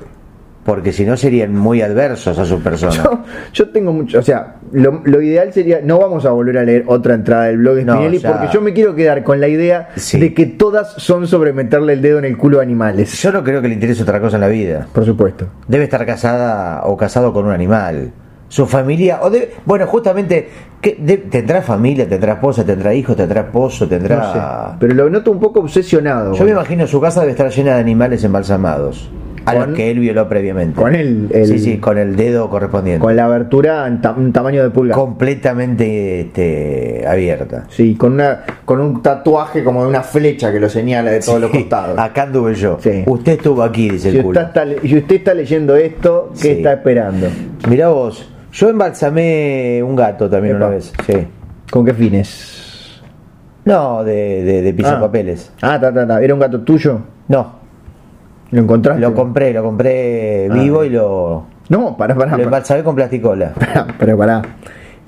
S2: Porque si no serían muy adversos a su persona.
S1: Yo, yo tengo mucho, o sea, lo, lo ideal sería, no vamos a volver a leer otra entrada del blog de
S2: No,
S1: Spinelli
S2: ya.
S1: porque yo me quiero quedar con la idea
S2: Sí.
S1: de que todas son sobre meterle el dedo en el culo a animales.
S2: Yo no creo que le interese otra cosa en la vida.
S1: Por supuesto.
S2: Debe estar casada o casado con un animal. Su familia, o debe- bueno, justamente, ¿qué, de- ¿tendrá familia, tendrá esposa, tendrá hijos, tendrá esposo,
S1: No
S2: tendrá...
S1: sé, pero lo noto un poco obsesionado
S2: Yo me imagino su casa debe estar llena de animales embalsamados, a
S1: Con-
S2: los que él violó previamente.
S1: con el- el-
S2: Sí, sí, con el dedo correspondiente.
S1: con la abertura en ta- un tamaño de pulgar.
S2: Completamente este, abierta.
S1: Sí, con, una, con un tatuaje como de una flecha que lo señala de todos los costados.
S2: Acá anduve yo.
S1: Sí.
S2: Usted estuvo aquí, dice
S1: Si
S2: el culo.
S1: usted, está, le- si usted está leyendo esto, ¿qué
S2: Sí.
S1: está esperando?
S2: Mirá vos, yo embalsamé un gato también
S1: Epa.
S2: una vez. Sí.
S1: ¿Con qué fines?
S2: No, de, de, de
S1: Ah.
S2: pisapapeles.
S1: Ah, ta, ta, ta. ¿Era un gato tuyo?
S2: No,
S1: ¿Lo encontraste?
S2: lo compré, lo compré
S1: Ah.
S2: vivo y lo,
S1: No, pará, pará.
S2: lo
S1: pará.
S2: embalsamé con plasticola.
S1: Pará, Pero pará.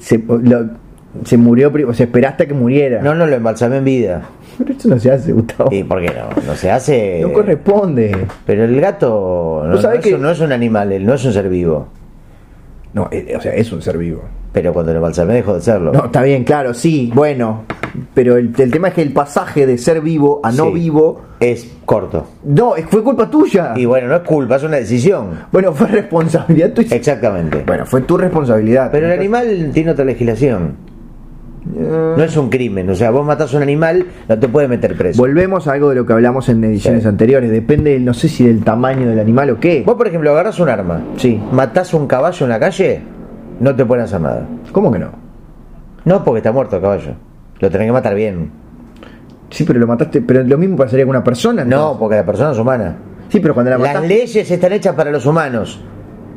S1: Se, lo- se murió, pri- o sea, esperaste a que muriera.
S2: No, no, lo embalsamé en vida.
S1: Pero eso no se hace, Gustavo.
S2: ¿Y por qué no? No se hace...
S1: Oh. No corresponde.
S2: Pero el gato no,
S1: ¿Vos sabés
S2: no es,
S1: que-
S2: un- no es un animal, él no es un ser vivo.
S1: No, eh, o sea, es un ser vivo.
S2: Pero cuando lo embalsamé dejó de serlo.
S1: No, está bien, claro, sí, bueno. Pero el, el tema es que el pasaje de ser vivo a no
S2: Sí.
S1: vivo.
S2: Es corto.
S1: No, es- fue culpa tuya.
S2: Y bueno, no es culpa, es una decisión.
S1: Bueno, fue responsabilidad tuya.
S2: Exactamente.
S1: Bueno, fue tu responsabilidad.
S2: Pero el animal tiene otra legislación. No es un crimen. O sea, vos matás a un animal, no te puede meter preso.
S1: Volvemos a algo de lo que hablamos en ediciones
S2: Sí.
S1: anteriores. Depende, no sé si del tamaño del animal o qué.
S2: Vos, por ejemplo, agarras un arma,
S1: Sí.
S2: matás un caballo en la calle, no te pueden hacer nada.
S1: ¿Cómo que no?
S2: No, porque está muerto el caballo. Lo tenés que matar bien.
S1: Sí, pero lo mataste. Pero lo mismo pasaría con una persona.
S2: No,
S1: entonces.
S2: porque la persona es humana.
S1: Sí, pero cuando la
S2: Las
S1: mataste.
S2: leyes están hechas para los humanos,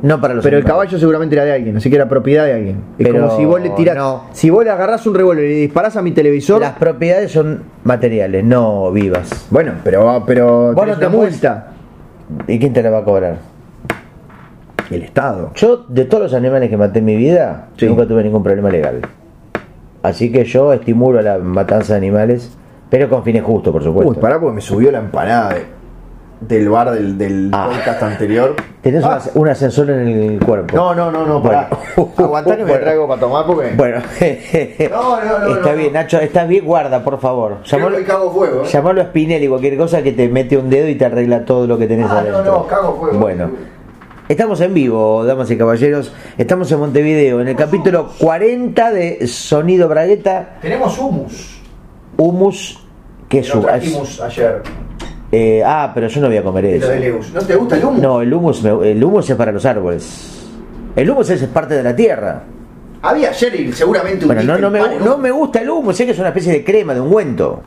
S2: no para los
S1: Pero el
S2: animales.
S1: caballo seguramente era de alguien, así que era propiedad de alguien. Es
S2: Pero
S1: como si vos le tirás.
S2: no.
S1: Si vos le agarrás un revólver y le disparás a mi televisor.
S2: Las propiedades son materiales, no vivas.
S1: Bueno, pero. pero
S2: Vos no
S1: tenés
S2: te
S1: una
S2: puedes-
S1: multa.
S2: ¿Y quién te la va a cobrar?
S1: El Estado.
S2: Yo, de todos los animales que maté en mi vida,
S1: Sí.
S2: nunca tuve ningún problema legal. Así que yo estimulo la matanza de animales, pero con fines justos, por supuesto.
S1: Uy, pará porque me subió la empanada de- del bar del, del
S2: Ah.
S1: podcast anterior.
S2: Tenés
S1: Ah.
S2: una- un ascensor en el cuerpo.
S1: No, no, no, no, pará.
S2: Bueno.
S1: Aguantá que me
S2: Bueno.
S1: traigo para tomar porque.
S2: Bueno,
S1: No, no, no,
S2: está
S1: no,
S2: bien,
S1: no.
S2: Nacho, está bien, guarda, por favor.
S1: Creo
S2: Llamalo,
S1: que cago fuego. ¿eh?
S2: llamalo a Spinelli, cualquier cosa que te mete un dedo y te arregla todo lo que tenés
S1: Ah, no,
S2: adentro.
S1: no, cago fuego.
S2: Bueno, estamos en vivo, damas y caballeros. Estamos en Montevideo, en el capítulo 40 de Sonido Bragueta,
S1: Tenemos humus.
S2: Humus, que es
S1: Lo
S2: humus.
S1: trajimos ayer.
S2: Eh, ah, pero yo no voy a comer
S1: Lo
S2: eso.
S1: de Leus. ¿No te gusta el humus?
S2: No, el humus, me- el humus es para los árboles. El humus es, es parte de la tierra.
S1: Había ayer y seguramente un
S2: Bueno, no,
S1: diste
S2: no,
S1: el
S2: me,
S1: pan en
S2: no
S1: un-
S2: me gusta el humus, sé que es una especie de crema, de ungüento.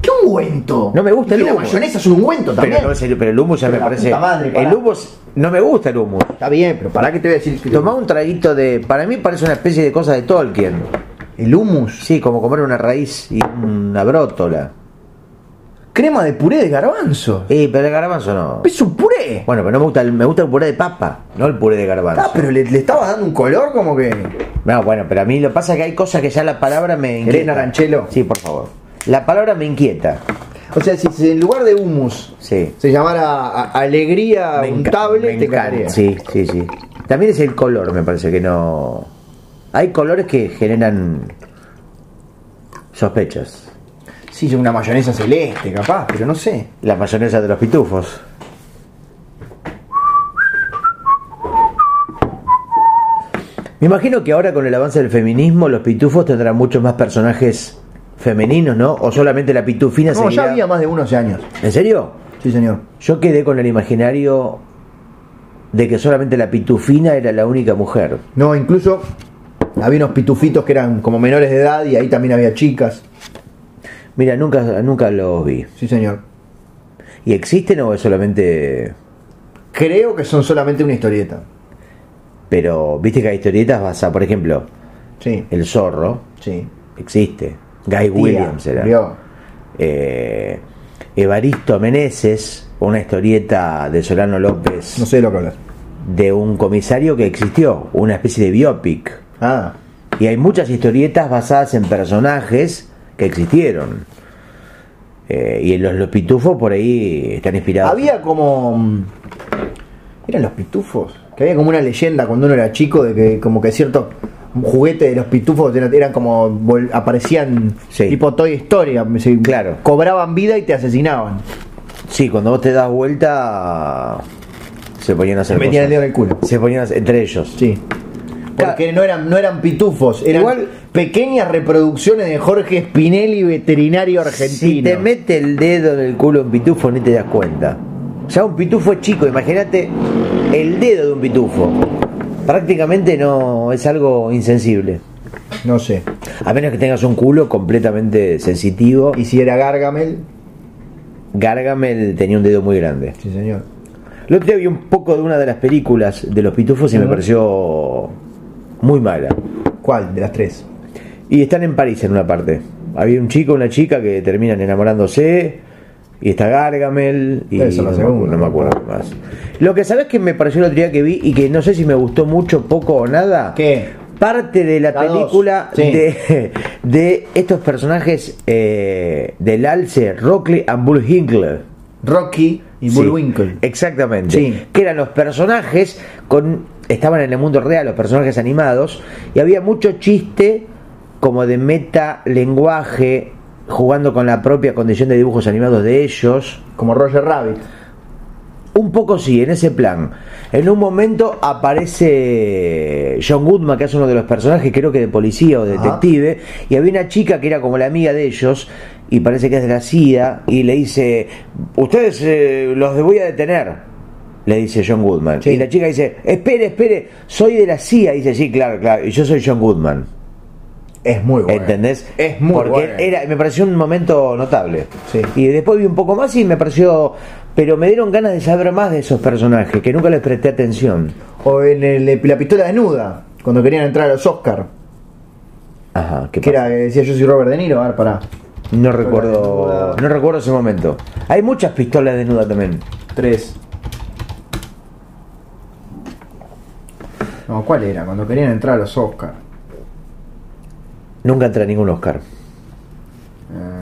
S1: ¿Qué ungüento?
S2: No me gusta
S1: Y
S2: el
S1: que La
S2: humus.
S1: mayonesa es un ungüento también.
S2: Pero, no, en serio, pero el humus ya
S1: Pero
S2: me
S1: la
S2: parece.
S1: puta madre, pará.
S2: el humus, no me gusta el humus.
S1: Está bien, pero ¿para qué te voy a decir que
S2: Tomá un traguito de. Para mí parece una especie de cosa de Tolkien.
S1: el humus?
S2: Sí, como comer una raíz y una brótola.
S1: Crema de puré de garbanzo.
S2: Eh, pero el garbanzo no.
S1: Es un puré.
S2: Bueno, pero no me gusta, el, me gusta el puré de papa, no el puré de garbanzo.
S1: Ah, pero le, le estabas dando un color como que.
S2: No, bueno, pero a mí lo que pasa es que hay cosas que ya la palabra me inquieta.
S1: Elena Ranchelo.
S2: Sí, por favor. La palabra me inquieta.
S1: O sea, si, si en lugar de humus
S2: Sí.
S1: se llamara a- alegría
S2: Me enca-
S1: untable,
S2: me
S1: te
S2: encanta.
S1: encantaría.
S2: Sí, sí, sí. También es el color, me parece que no. Hay colores que generan sospechas.
S1: Sí, una mayonesa celeste, capaz, pero no sé.
S2: La mayonesa de los pitufos. Me imagino que ahora con el avance del feminismo los pitufos tendrán muchos más personajes femeninos, ¿no? O solamente la pitufina
S1: No, ya
S2: seguirá-
S1: había más de unos años.
S2: ¿En serio?
S1: Sí, señor.
S2: Yo quedé con el imaginario de que solamente la pitufina era la única mujer.
S1: No, incluso había unos pitufitos que eran como menores de edad y ahí también había chicas.
S2: Mira, nunca, nunca los vi.
S1: Sí, señor.
S2: ¿Y existen o es solamente.?
S1: Creo que son solamente una historieta.
S2: Pero viste que hay historietas basadas, por ejemplo,
S1: Sí,
S2: El Zorro
S1: sí.
S2: existe. Guy Williams
S1: Tía,
S2: era.
S1: vio.
S2: Eh, Evaristo Meneses, una historieta de Solano López
S1: No sé de lo que hablas.
S2: de un comisario que existió, una especie de biopic.
S1: Ah,
S2: Y hay muchas historietas basadas en personajes que existieron. Eh, y en los, los pitufos por ahí están inspirados.
S1: había como. mm, ¿Eran los pitufos? Que había como una leyenda cuando uno era chico de que, como que ciertos juguetes de los pitufos era- eran como. vol- aparecían
S2: Sí.
S1: tipo Toy Story. se-
S2: Claro.
S1: Cobraban vida y te asesinaban.
S2: Sí, cuando vos te das vuelta se ponían a
S1: Te
S2: hacer
S1: metían el dedo
S2: cosas.
S1: en el culo.
S2: Se ponían a hacer- entre ellos.
S1: Sí. Porque no eran, no eran pitufos, eran
S2: Igual-
S1: pequeñas reproducciones de Jorge Spinelli, veterinario argentino.
S2: Si te mete el dedo en el culo un pitufo ni te das cuenta. Ya un pitufo es chico, imagínate el dedo de un pitufo. Prácticamente no es algo insensible.
S1: No sé.
S2: A menos que tengas un culo completamente sensitivo.
S1: ¿Y si era Gargamel?
S2: Gargamel tenía un dedo muy grande.
S1: Sí, señor.
S2: El otro día vi un poco de una de las películas de los pitufos y me
S1: Ujú.
S2: pareció muy mala.
S1: ¿Cuál de las tres?
S2: Y están en París en una parte. Había un chico, una chica que terminan enamorándose. Y está Gargamel. Y
S1: Esa es la
S2: no, me acu-
S1: segunda.
S2: no me acuerdo, más. Lo que sabes que me pareció el otro día que vi y que no sé si me gustó mucho, poco o nada.
S1: ¿Qué?
S2: Parte de la,
S1: La dos,
S2: película
S1: sí.
S2: de, de estos personajes eh, del alce, Rockley and Bullwinkle.
S1: Rocky y
S2: Sí,
S1: Bullwinkle.
S2: Exactamente.
S1: Sí.
S2: Que eran los personajes con estaban en el mundo real, los personajes animados, y había mucho chiste como de meta lenguaje jugando con la propia condición de dibujos animados de ellos.
S1: Como Roger Rabbit.
S2: Un poco sí, en ese plan. En un momento aparece John Goodman, que es uno de los personajes, creo que de policía o de
S1: Ajá.
S2: detective, y había una chica que era como la amiga de ellos, y parece que es de la CIA, y le dice, ustedes eh, los voy a detener. Le dice John Goodman.
S1: Sí.
S2: Y la chica dice, espere, espere, soy de la CIA. Y dice, sí, claro, claro. Y yo soy John Goodman.
S1: Es muy bueno.
S2: ¿Entendés?
S1: Es muy
S2: Porque
S1: bueno.
S2: era, me pareció un momento notable.
S1: Sí.
S2: Y después vi un poco más y me pareció. Pero me dieron ganas de saber más de esos personajes, que nunca les presté atención.
S1: O en el- la pistola desnuda, cuando querían entrar a los Oscar.
S2: Ajá, que
S1: Que era, que decía yo soy Robert De Niro, a ver, pará.
S2: No recuerdo.
S1: desnuda.
S2: No recuerdo ese momento. Hay muchas pistolas desnudas también.
S1: Tres. No, ¿cuál era? Cuando querían entrar a los Oscar.
S2: Nunca entré a ningún Oscar.
S1: Eh,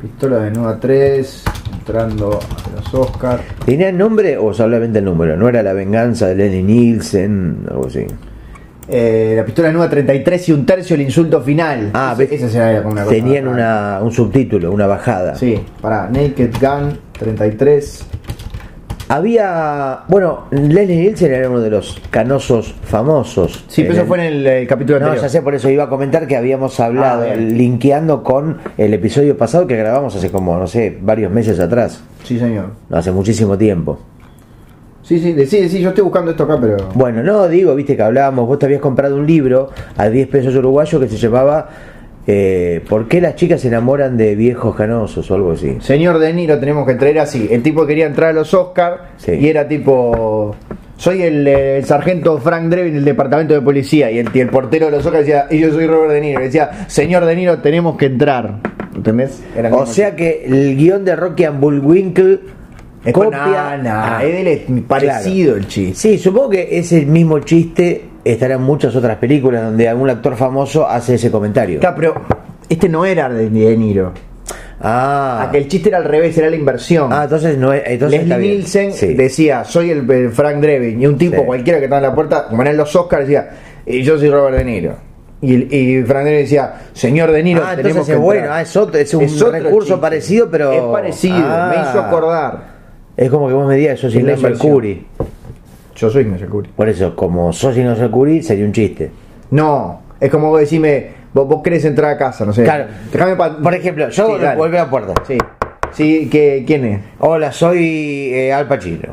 S1: pistola desnuda 3, entrando a los Oscar.
S2: ¿Tenía nombre o solamente el número? ¿No era La Venganza de Lenny Nielsen? Algo así.
S1: Eh, la pistola desnuda 33 y un tercio el insulto final.
S2: Ah,
S1: Ese-
S2: ves,
S1: esa escena era como una cosa
S2: Tenían
S1: rara.
S2: una, un subtítulo, una bajada.
S1: Sí, pará, Naked Gun 33.
S2: Había. Bueno, Leslie Nielsen era uno de los canosos famosos.
S1: Sí, pero
S2: En
S1: eso
S2: el-
S1: fue en el, eh, capítulo
S2: No,
S1: anterior.
S2: ya sé, por eso iba a comentar que habíamos hablado,
S1: Ah, bien.
S2: linkeando con el episodio pasado que grabamos hace como, no sé, varios meses atrás.
S1: Sí, señor.
S2: No, hace muchísimo tiempo.
S1: Sí, sí, decí, sí, yo estoy buscando esto acá, pero.
S2: Bueno, no, digo, viste que hablábamos, vos te habías comprado un libro a 10 pesos uruguayos que se llamaba eh, ¿Por qué las chicas se enamoran de viejos canosos o algo así?
S1: Señor De Niro tenemos que traer así. El tipo quería entrar a los Oscar
S2: Sí.
S1: y era tipo. Soy el, eh, el sargento Frank Drebin del departamento de policía. Y el, y el portero de los Oscar decía, y yo soy Robert De Niro. Y decía, señor De Niro, tenemos que entrar. ¿Entendés? Era
S2: O
S1: como-
S2: sea que el guión de Rocky and Bullwinkle
S1: es con-
S2: copia...
S1: nah, nah,
S2: Ah.
S1: es del- parecido el chiste.
S2: Sí, supongo que ese mismo chiste estará en muchas otras películas donde algún actor famoso hace ese comentario.
S1: Claro, pero este no era de De Niro.
S2: Ah,
S1: Ah, que el chiste era al revés, era la inversión.
S2: ah entonces no es. Entonces
S1: Leslie
S2: está bien.
S1: Nielsen
S2: Sí.
S1: decía, soy el, el Frank Drebin, y un tipo,
S2: Sí.
S1: cualquiera que estaba en la puerta, como eran los Oscars, decía, y yo soy Robert De Niro. Y, el- y Frank Drebin decía, señor De Niro,
S2: Ah,
S1: tenemos
S2: entonces
S1: que
S2: es bueno,
S1: entrar".
S2: ah, es otro- es un
S1: otro
S2: recurso parecido, pero-
S1: Es parecido,
S2: Ah.
S1: me hizo acordar.
S2: Es como que vos me digas, sos
S1: Es la
S2: Ignacio
S1: inversión.
S2: Curi.
S1: Yo soy Ignacio Curi.
S2: Por eso, como sos Ignacio Curi, sería un chiste.
S1: No, es como vos decime, vos, vos querés entrar a casa, no sé.
S2: Claro.
S1: Dejame pa-
S2: Por ejemplo, yo
S1: Sí,
S2: vuelvo
S1: dale.
S2: a la puerta.
S1: Sí, sí, que, ¿quién es?
S2: Hola, soy eh, Al Pacino.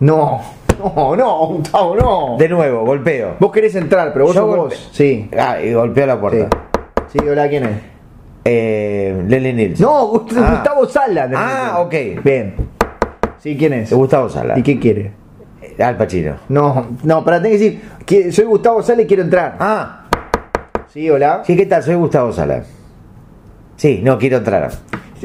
S1: No, no, no, Gustavo, no.
S2: De nuevo, golpeo.
S1: Vos querés entrar, pero vos
S2: Yo
S1: sos
S2: golpe-
S1: vos. Sí,
S2: Ah, y golpeo la
S1: sí.
S2: puerta.
S1: Sí, hola, ¿quién es?
S2: Eh, Leslie Nielsen.
S1: No, Gust-
S2: Ah.
S1: Gustavo Sala.
S2: Ah, ok.
S1: Bien. Sí, ¿quién es?
S2: Gustavo Sala.
S1: ¿Y qué quiere?
S2: Al Pacino.
S1: No, no, para tener que decir, que soy Gustavo Sala y quiero entrar.
S2: Ah,
S1: Sí, hola.
S2: Sí, ¿qué tal? Soy Gustavo Sala. Sí, no quiero entrar.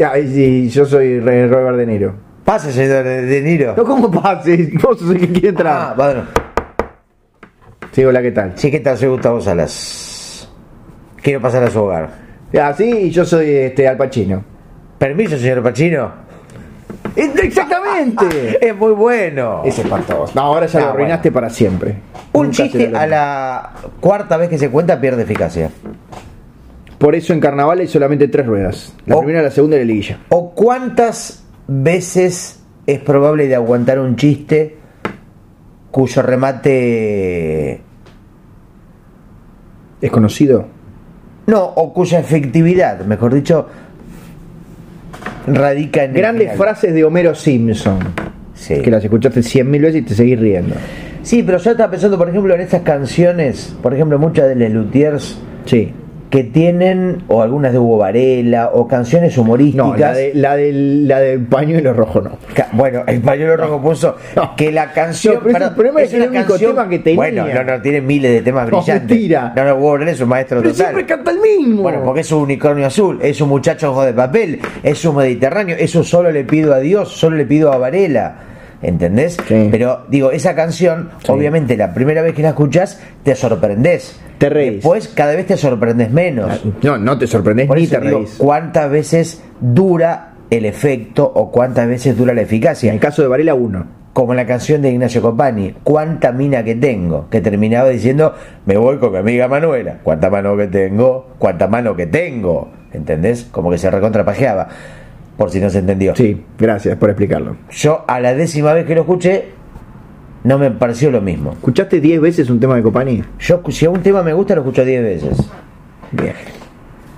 S1: Ah, y- y yo soy Re- Robert De Niro.
S2: Pase, señor De Niro.
S1: No, ¿cómo pases? Vos sos el que quiere
S2: Ah,
S1: entrar.
S2: bueno.
S1: Sí, hola, ¿qué tal?
S2: Sí, ¿qué tal? Soy Gustavo Salas. Quiero pasar a su hogar.
S1: Ah, sí, y yo soy este, Al Pacino.
S2: ¿Permiso, señor Pacino?
S1: ¡Exactamente!
S2: Es muy bueno.
S1: es espantoso. No, ahora ya
S2: Ah,
S1: lo arruinaste para siempre.
S2: Un
S1: Nunca será
S2: chiste
S1: lo
S2: a
S1: mismo.
S2: la cuarta vez que se cuenta pierde eficacia.
S1: Por eso en carnaval hay solamente tres ruedas. La
S2: Oh.
S1: primera, la segunda y la liguilla.
S2: ¿O cuántas veces es probable de aguantar un chiste cuyo remate...
S1: ¿Es conocido?
S2: No, o cuya efectividad, mejor dicho, radica en... el
S1: Grandes
S2: final?
S1: frases de Homero Simpson.
S2: Sí.
S1: Que las escuchaste cien mil veces y te seguís riendo.
S2: Sí, pero yo estaba pensando, por ejemplo, en estas canciones, por ejemplo, muchas de Les Luthiers
S1: Sí.
S2: que tienen, o algunas de Hugo Varela, o canciones humorísticas.
S1: No, la, de, la, del, la del pañuelo rojo no.
S2: Ca- Bueno, el pañuelo rojo puso
S1: No.
S2: que la canción.
S1: No, pero ese- el problema es que
S2: una
S1: el único tema que tenía.
S2: Bueno, no, no, tiene miles de temas
S1: No,
S2: brillantes.
S1: mentira.
S2: No, no, Hugo Varela es un maestro
S1: Pero
S2: total.
S1: siempre canta el mismo.
S2: Bueno, porque es un unicornio azul, es un muchacho ojo de papel, es un mediterráneo, eso solo le pido a Dios, solo le pido a Varela. ¿Entendés?
S1: Sí.
S2: Pero digo, esa canción, obviamente la primera vez que la escuchás, te sorprendés.
S1: Te reís.
S2: Después cada vez te sorprendes menos.
S1: No, no te sorprendes
S2: Ah. Por
S1: ni
S2: eso
S1: te
S2: digo,
S1: reís.
S2: ¿cuántas veces dura el efecto o cuántas veces dura la eficacia?
S1: En el caso de Varela, uno.
S2: Como la canción de Ignacio Copani, cuánta mina que tengo, que terminaba diciendo, me voy con mi amiga Manuela, cuánta mano que tengo, cuánta mano que tengo, ¿entendés? Como que se recontrapajeaba, por si no se entendió.
S1: Sí, gracias por explicarlo.
S2: Yo a la décima vez que lo escuché, no me pareció lo mismo.
S3: ¿Escuchaste 10 veces un tema de Copani?
S2: Yo, si a un tema me gusta, lo escucho 10 veces.
S3: Bien.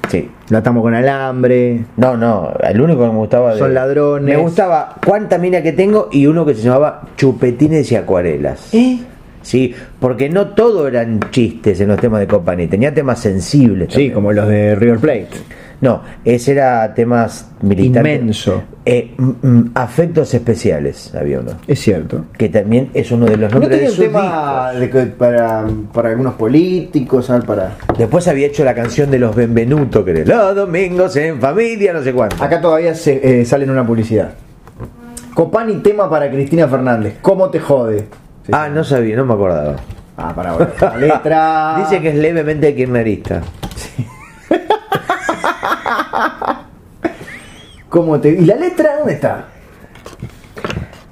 S2: Sí.
S3: La estamos con alambre.
S2: No, no, el único que me gustaba. de-
S3: Son ladrones.
S2: Me gustaba cuánta mina que tengo y uno que se llamaba Chupetines y Acuarelas.
S3: ¿Eh?
S2: Sí, porque no todo eran chistes en los temas de Company, tenía temas sensibles.
S3: Sí,
S2: también.
S3: como los de River Plate.
S2: No, ese era temas militares.
S3: Inmenso.
S2: Eh, mm, mm, afectos especiales, había uno.
S3: Es cierto.
S2: Que también es uno de los
S1: ¿No
S2: nombres de
S1: tenía un
S2: sus
S1: tema
S2: discos.
S1: de que- para, para algunos políticos? ¿sabes? Para...
S2: Después había hecho la canción de los Benvenuto, que era Los domingos en familia, no sé cuánto.
S1: Acá todavía se, eh, sale en una publicidad. Copani tema para Cristina Fernández. ¿Cómo te jode? Sí.
S2: Ah, no sabía, no me acordaba. Ah,
S1: Ah, para bueno. La letra.
S2: Dice que es levemente kirchnerista.
S1: ¿Cómo te... ¿Y la letra dónde está?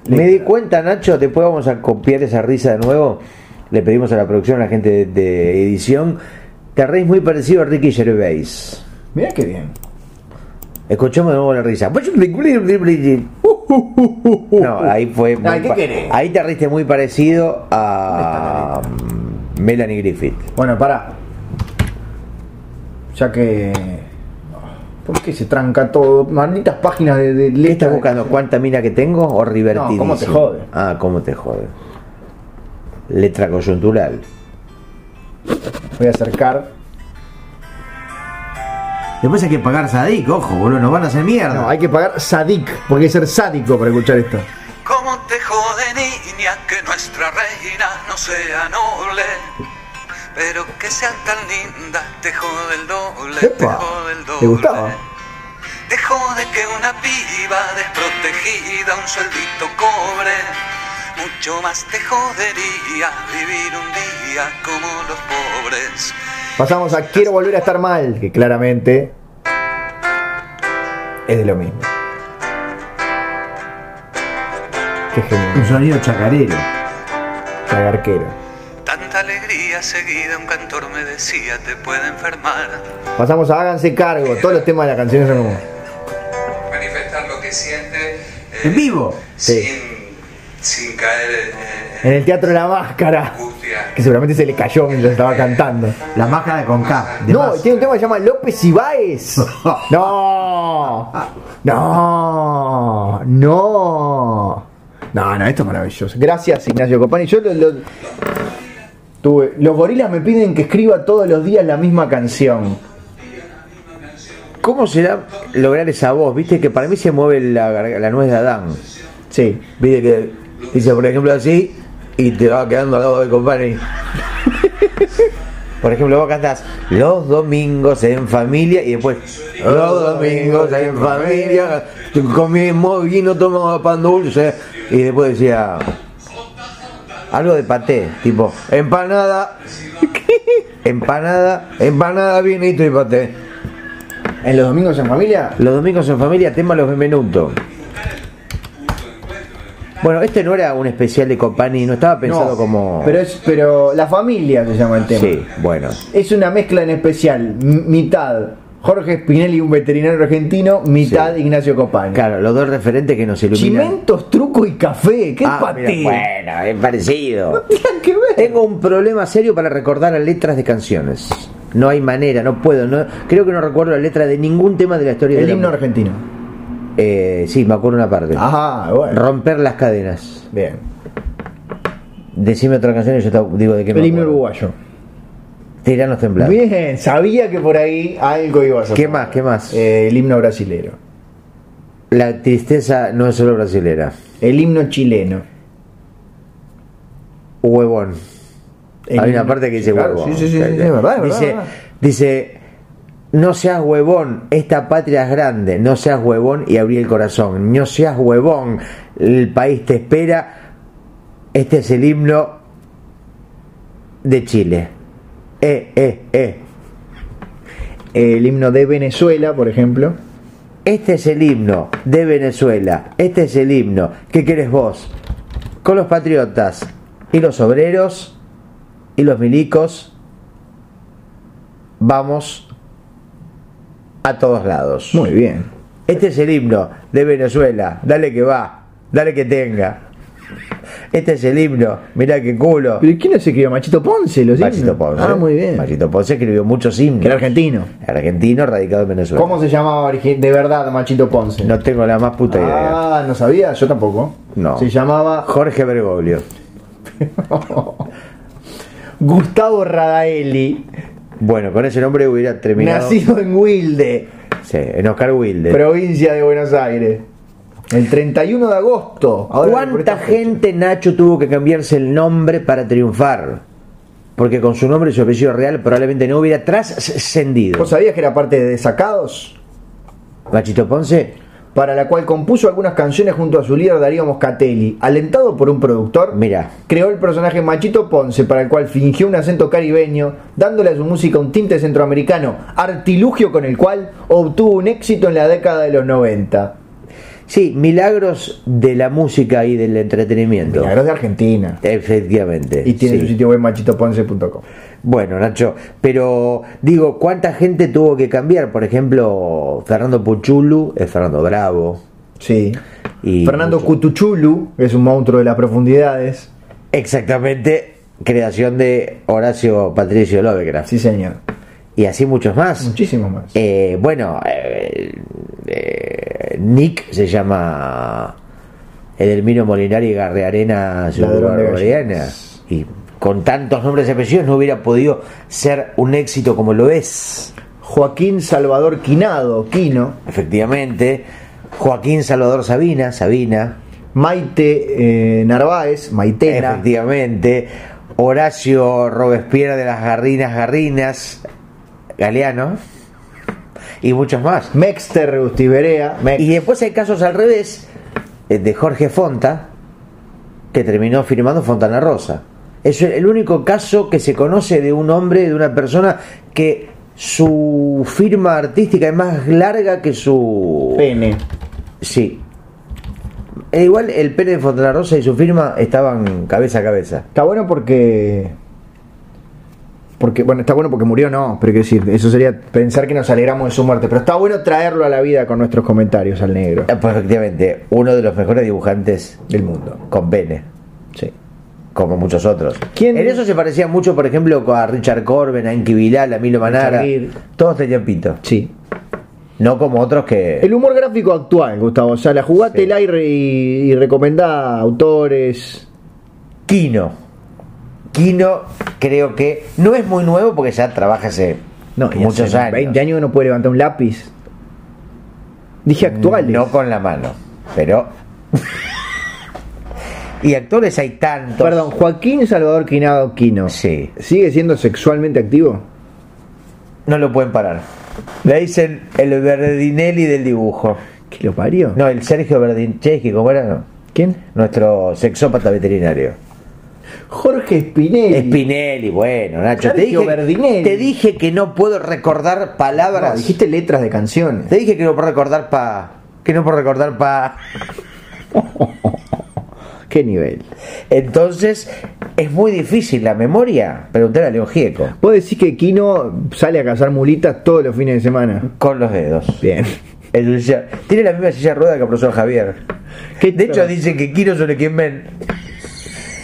S2: Me di cuenta, Nacho, después vamos a copiar esa risa de nuevo. Le pedimos a la producción, a la gente de, de edición. Te reís muy parecido a Ricky Gervais.
S1: Mirá qué bien.
S2: Escuchamos de nuevo la risa. No, ahí fue. muy
S1: Ay, ¿qué
S2: pa-
S1: querés?
S2: Ahí te riste muy parecido a Melanie Griffith.
S1: Bueno, pará. Ya que. ¿Por qué se tranca todo? Malditas páginas de, de
S2: ¿Qué
S1: letra
S2: estás
S1: de-
S2: buscando? ¿Cuánta mina que tengo o Rivertidísimo?
S1: ¿cómo te jode?
S2: Ah, ¿cómo te jode? Letra coyuntural.
S1: Voy a acercar.
S2: Después hay que pagar Sadik, ojo, boludo, nos van a hacer mierda.
S1: No, hay que pagar Sadik, porque hay que ser sádico para escuchar esto.
S4: ¿Cómo te jode, niña, que nuestra reina no sea noble? Pero que sea tan linda, te jode el doble, te
S1: Epa,
S4: jode el doble.
S1: ¿te gustaba?
S4: Te jode que una piba desprotegida un sueldito cobre. Mucho más te jodería vivir un día como los pobres.
S1: Pasamos a Quiero volver a estar mal, que claramente es de lo mismo. Qué
S2: Un
S1: genial.
S2: sonido chacarero.
S1: Chagarquero.
S4: Tanta alegría seguida, un cantor me decía, te puede enfermar.
S1: Pasamos a Háganse cargo. Todos los temas de las canciones son como.
S4: Manifestar lo que siente. eh,
S2: En vivo.
S4: sin, sin caer en,
S1: En el teatro de la máscara.
S4: angustia.
S1: Que seguramente se le cayó mientras estaba cantando.
S2: La máscara con K. de
S1: No,
S2: más.
S1: tiene un tema que se llama López Ibáez. No. No. No. No, no, esto es maravilloso. Gracias, Ignacio Copani. Yo lo- lo- tuve. Los gorilas me piden que escriba todos los días la misma canción.
S2: ¿Cómo será lograr esa voz? Viste que para mí se mueve la, gar- la nuez de Adán.
S1: Sí.
S2: Viste que dice, por ejemplo, así y te va quedando al lado del company. Por ejemplo, vos cantás los domingos en familia y después los domingos en familia comimos vino, tomamos pan dulce y después decía algo de paté, tipo empanada, empanada, empanada, vinito y paté.
S1: En los domingos en familia.
S2: Los domingos en familia, tema los Benvenuto. Bueno, este no era un especial de Company, no estaba pensado
S1: no,
S2: como.
S1: Pero es, pero la familia se llama el tema.
S2: Sí, bueno.
S1: Es una mezcla en especial, m- mitad Jorge Spinelli, un veterinario argentino, mitad
S2: Sí.
S1: Ignacio Copani.
S2: Claro, los dos referentes que nos iluminan.
S1: Chimentos, truco y café, qué
S2: Ah,
S1: paté.
S2: mira, bueno, es parecido.
S1: Tienen que ver.
S2: Tengo un problema serio para recordar las letras de canciones. No hay manera, no puedo. No, creo que no recuerdo la letra de ningún tema de la historia
S1: El
S2: de la
S1: himno Ah.
S2: mu-
S1: argentino.
S2: Eh, sí, me acuerdo una parte.
S1: Ajá, bueno.
S2: Romper las cadenas.
S1: Bien.
S2: Decime otra canción y yo te digo de qué
S1: El
S2: me
S1: himno
S2: acuerdo.
S1: uruguayo.
S2: Tiranos temblar.
S1: Bien, sabía que por ahí algo iba a ser.
S2: ¿Qué más, qué más?
S1: Eh, el himno brasilero.
S2: La tristeza no es solo brasilera.
S1: El himno chileno.
S2: Huevón.
S1: El
S2: Hay una
S1: himno-
S2: parte que dice
S1: Claro,
S2: huevón.
S1: Sí, sí, sí, sí, es verdad, es verdad,
S2: dice,
S1: es verdad.
S2: dice, no seas huevón, esta patria es grande, no seas huevón y abrí el corazón. No seas huevón, el país te espera. Este es el himno de Chile. Eh, eh, eh.
S1: El himno de Venezuela, por ejemplo.
S2: Este es el himno de Venezuela. Este es el himno. ¿Qué querés vos? Con los patriotas y los obreros y los milicos vamos a todos lados.
S1: Muy bien.
S2: Este es el himno de Venezuela. Dale que va. Dale que tenga. Este es el himno. Mirá qué culo.
S1: ¿Pero quién es escribió? Machito Ponce, los
S2: Machito
S1: himnos?
S2: Ponce.
S1: Ah, muy bien.
S2: Machito Ponce escribió muchos himnos.
S1: Era argentino.
S2: Argentino radicado en Venezuela.
S1: ¿Cómo se llamaba origi- de verdad Machito Ponce?
S2: No tengo la más puta idea.
S1: ah, no sabía, yo tampoco.
S2: No.
S1: Se llamaba
S2: Jorge Bergoglio.
S1: Gustavo Radaeli,
S2: Bueno, con ese nombre hubiera terminado.
S1: nacido en Wilde,
S2: Sí, en Oscar Wilde.
S1: provincia de Buenos Aires. El 31 de agosto. Ahora, por
S2: ¿Cuánta
S1: esta fecha.
S2: gente Nacho tuvo que cambiarse el nombre para triunfar? Porque con su nombre y su apellido real probablemente no hubiera trascendido.
S1: ¿Vos sabías que era parte de Desacados?
S2: Machito Ponce,
S1: Para la cual compuso algunas canciones junto a su líder Darío Moscatelli. Alentado por un productor,
S2: mira,
S1: creó el personaje Machito Ponce, para el cual fingió un acento caribeño, dándole a su música un tinte centroamericano, artilugio con el cual obtuvo un éxito en la década de los 90.
S2: sí, milagros de la música y del entretenimiento.
S1: Milagros de Argentina.
S2: Efectivamente.
S1: Y tiene
S2: sí.
S1: su sitio web machitoponce.com.
S2: Bueno, Nacho, pero digo, ¿cuánta gente tuvo que cambiar? Por ejemplo, Fernando Puchulu es Fernando Bravo.
S1: Sí.
S2: Y
S1: Fernando
S2: mucho-
S1: Cutuchulu, que es un monstruo de las profundidades.
S2: Exactamente, creación de Horacio Patricio Lovecraft.
S1: Sí, señor.
S2: Y así muchos más.
S1: Muchísimos más.
S2: Eh, bueno, eh, eh, Nick se llama Edelmino Molinari Garrearena
S1: Ladrón de
S2: Suburbana.
S1: gallinas.
S2: Y con tantos nombres y apellidos no hubiera podido ser un éxito como lo es.
S1: Joaquín Salvador Quinado, Quino.
S2: Efectivamente, Joaquín Salvador Sabina, Sabina.
S1: Maite eh, Narváez, Maitena.
S2: Efectivamente, Horacio Robespierre de las Garrinas Garrinas, Galeano. Y muchos más.
S1: Mexter Regustiberea. Mex-
S2: Y después hay casos al revés eh, de Jorge Fonta, que terminó firmando Fontana Rosa. Es el el único caso que se conoce de un hombre, de una persona que su firma artística es más larga que su...
S1: Pene.
S2: Sí. E igual el pene de Fontana Rosa y su firma estaban cabeza a cabeza.
S1: Está bueno porque. Porque, bueno, está bueno porque murió, no, pero quiero decir, eso sería pensar que nos alegramos de su muerte. Pero está bueno traerlo a la vida con nuestros comentarios al negro
S2: Eh, Pues efectivamente, uno de los mejores dibujantes
S1: del mundo.
S2: con pene.
S1: Sí.
S2: como muchos otros.
S1: ¿Quién-
S2: En eso se parecía mucho, por ejemplo, a Richard Corben, a Enki Vilal, a Milo Manara.
S1: Richard Gere.
S2: Todos tenían pito.
S1: Sí.
S2: No como otros que.
S1: El humor gráfico actual, Gustavo. O sea, la jugate el aire y, y recomendá autores.
S2: Kino. Kino, creo que no es muy nuevo porque ya trabaja hace
S1: y
S2: muchos
S1: hace
S2: años.
S1: 20 años que no puede levantar un lápiz. Dije actuales.
S2: No con la mano, pero. y actores hay tantos.
S1: Perdón, Joaquín Salvador Quinado Quino.
S2: Sí.
S1: ¿Sigue siendo sexualmente activo?
S2: No lo pueden parar. Le dicen el Verdinelli del dibujo.
S1: ¿Qué lo parió?
S2: No, el Sergio Verdincheski, ¿cómo era? No.
S1: ¿Quién?
S2: Nuestro sexópata veterinario.
S1: Jorge Spinelli.
S2: Spinelli, bueno, Nacho, te
S1: Sergio
S2: dije,
S1: Berdinelli.
S2: te dije que no puedo recordar palabras.
S1: No, dijiste letras de canciones.
S2: Te dije que no puedo recordar pa. Que no puedo recordar pa.
S1: ¿Qué nivel?
S2: Entonces, es muy difícil la memoria. Preguntar a León Gieco.
S1: Vos decís que Kino sale a cazar mulitas todos los fines de semana.
S2: Con los dedos.
S1: Bien.
S2: En su silla- Tiene la misma silla de rueda que el profesor Javier.
S1: Qué
S2: de hecho,
S1: tra-
S2: dice que Kiro sobre quien ven.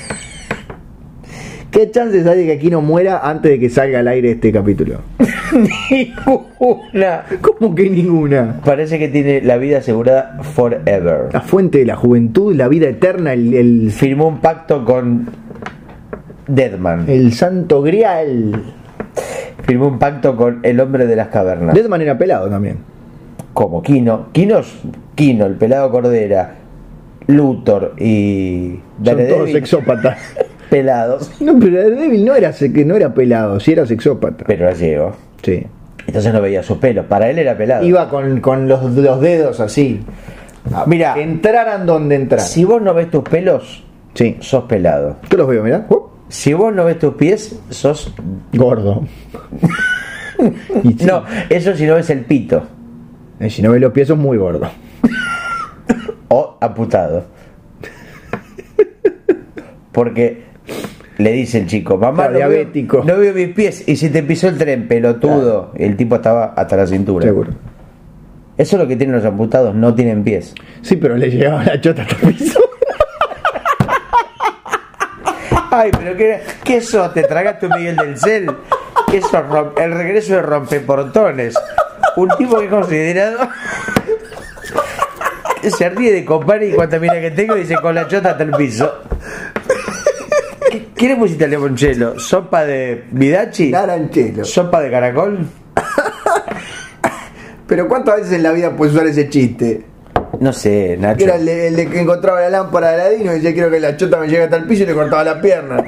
S1: ¿Qué chances hay de que Kino muera antes de que salga al aire este capítulo?
S2: Ninguna.
S1: ¿Cómo que ninguna?
S2: Parece que tiene la vida asegurada forever.
S1: La fuente de la juventud, la vida eterna, el, el,
S2: Firmó un pacto con Deadman.
S1: el santo grial.
S2: Firmó un pacto con el hombre de las cavernas.
S1: De esa manera pelado también.
S2: Como Kino. Kino, es- Kino, el pelado Cordera, Luthor y
S1: Son todos
S2: Daredevil,
S1: sexópatas.
S2: pelados,
S1: No, pero Daredevil no era, se- no era pelado, sí era sexópata.
S2: pero gallego.
S1: Sí.
S2: Entonces no veía sus pelos. Para él era pelado.
S1: Iba con, con los, los dedos así.
S2: Mira,
S1: Que entraran donde entraran.
S2: si vos no ves tus pelos,
S1: Sí.
S2: sos pelado.
S1: Yo los veo, mirá. Uh,
S2: Si vos no ves tus pies, sos...
S1: Gordo. y sí,
S2: No, eso si no ves el pito.
S1: eh, Si no ves los pies, sos muy gordo.
S2: O aputado. Porque le dice el chico, mamá,
S1: Claro, diabético.
S2: Veo, no veo mis pies. Y si te pisó el tren, pelotudo, el tipo estaba hasta la cintura.
S1: Seguro.
S2: Eso es lo que tienen los amputados, no tienen pies.
S1: Sí, pero le llegaba la chota hasta el piso.
S2: Ay, pero qué, qué eso, te tragaste un Miguel del Cel. Eso, rom- el regreso de rompeportones. Un tipo que es considerado. Se ríe de compadre y cuánta mina que tengo y dice con la chota hasta el piso. ¿Qué- ¿Qué le pusiste al limonchelo? ¿Sopa de vidachi?
S1: Naranchelo.
S2: ¿Sopa de caracol?
S1: Pero ¿cuántas veces en la vida puedes usar ese chiste?
S2: No sé,
S1: Que
S2: Nacho.
S1: era el de, el de que encontraba la lámpara de Aladino y decía quiero que la chota me llegue hasta el piso y le cortaba la pierna.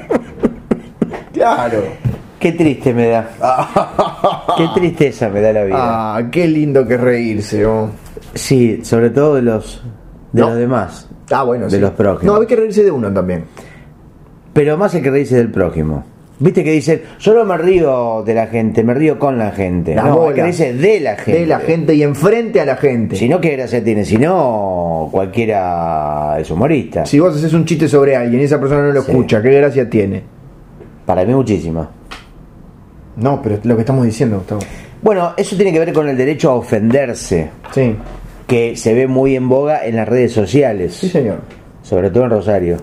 S1: Claro.
S2: Qué triste me da. Qué tristeza me da la vida.
S1: Ah, qué lindo que es reírse. ¿no?
S2: Sí, sobre todo de los de
S1: No.
S2: los demás.
S1: Ah, bueno,
S2: De
S1: sí.
S2: los prójimos.
S1: No, hay que reírse de uno también.
S2: Pero más el que dice del prójimo. Viste que dicen, yo no me río de la gente, me río con la gente.
S1: La
S2: no,
S1: bola.
S2: el que dice de la gente.
S1: De la gente y enfrente a la gente.
S2: Si no, qué gracia tiene. Si no, cualquiera es humorista.
S1: Si vos haces un chiste sobre alguien y esa persona no lo
S2: Sí.
S1: escucha, ¿qué gracia tiene?
S2: Para mí, muchísima.
S1: No, pero es lo que estamos diciendo, Gustavo.
S2: Bueno, eso tiene que ver con el derecho a ofenderse,
S1: Sí,
S2: que se ve muy en boga en las redes sociales.
S1: sí, señor.
S2: Sobre todo en Rosario.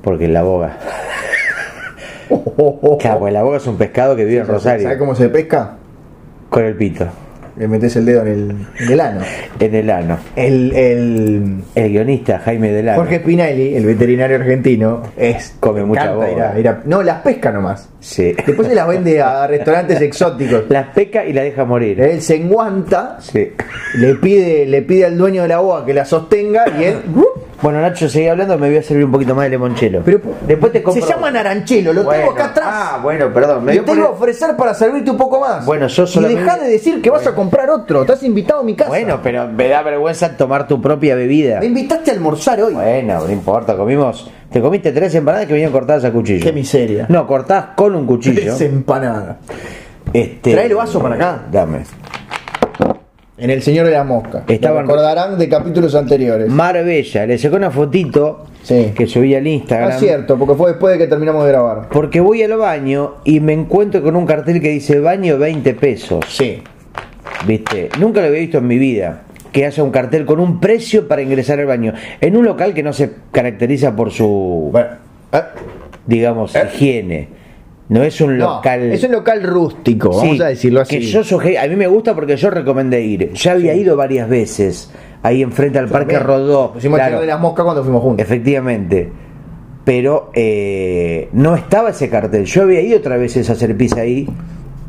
S2: Porque la boga. Claro, porque la boga es un pescado que vive en
S1: ¿Sabes
S2: Rosario.
S1: cómo se pesca?
S2: Con el pito.
S1: Le metes el dedo en el, en el ano.
S2: En el ano.
S1: El, el
S2: El guionista Jaime Delano.
S1: Jorge Spinelli, el veterinario argentino, es
S2: Come
S1: me
S2: mucha
S1: encanta ir a-
S2: boba.
S1: ir a- no, las pesca nomás.
S2: Sí.
S1: Después se las vende a restaurantes exóticos.
S2: Las peca y la deja morir.
S1: Él se enguanta,
S2: Sí.
S1: le pide, le pide al dueño de la boa que la sostenga y él.
S2: Bueno, Nacho, seguí hablando, me voy a servir un poquito más de limonchelo.
S1: Pero-
S2: Después te
S1: Se
S2: compro.
S1: llama naranchelo, lo
S2: Bueno.
S1: tengo acá atrás.
S2: Ah, bueno, perdón. Me
S1: Te
S2: voy a
S1: iba a
S2: poner-
S1: ofrecer para servirte un poco más.
S2: Bueno, yo solamente-
S1: Y dejá de decir que vas a comprar otro. Estás invitado a mi casa.
S2: Bueno, pero me da vergüenza tomar tu propia bebida.
S1: Me invitaste a almorzar hoy.
S2: Bueno, no importa, comimos. Te comiste tres empanadas que venían cortadas a cuchillo.
S1: Qué miseria.
S2: No, cortadas con un cuchillo.
S1: Tres empanadas.
S2: Este,
S1: Trae el vaso para acá.
S2: Dame.
S1: En El Señor de las Moscas.
S2: Estaban-
S1: Lo recordarán de capítulos anteriores.
S2: Marbella, le sacó una fotito
S1: Sí.
S2: que subí al
S1: No
S2: Instagram.
S1: es cierto, porque fue después de que terminamos de grabar.
S2: Porque voy al baño y me encuentro con un cartel que dice baño 20 pesos.
S1: Sí.
S2: ¿Viste? Nunca lo había visto en mi vida. Que haya un cartel con un precio para ingresar al baño. En un local que no se caracteriza por su,
S1: Bueno. eh,
S2: digamos, higiene. No es un
S1: no,
S2: local.
S1: es un local rústico, vamos
S2: Sí,
S1: a decirlo así.
S2: Que yo suge- a mí me gusta porque yo recomendé ir. Ya había ido varias veces ahí enfrente al Parque
S1: También.
S2: Rodó.
S1: Pusimos el
S2: claro,
S1: Señor de las Moscas cuando fuimos juntos.
S2: Efectivamente. Pero eh, no estaba ese cartel. Yo había ido otra vez a hacer pizza ahí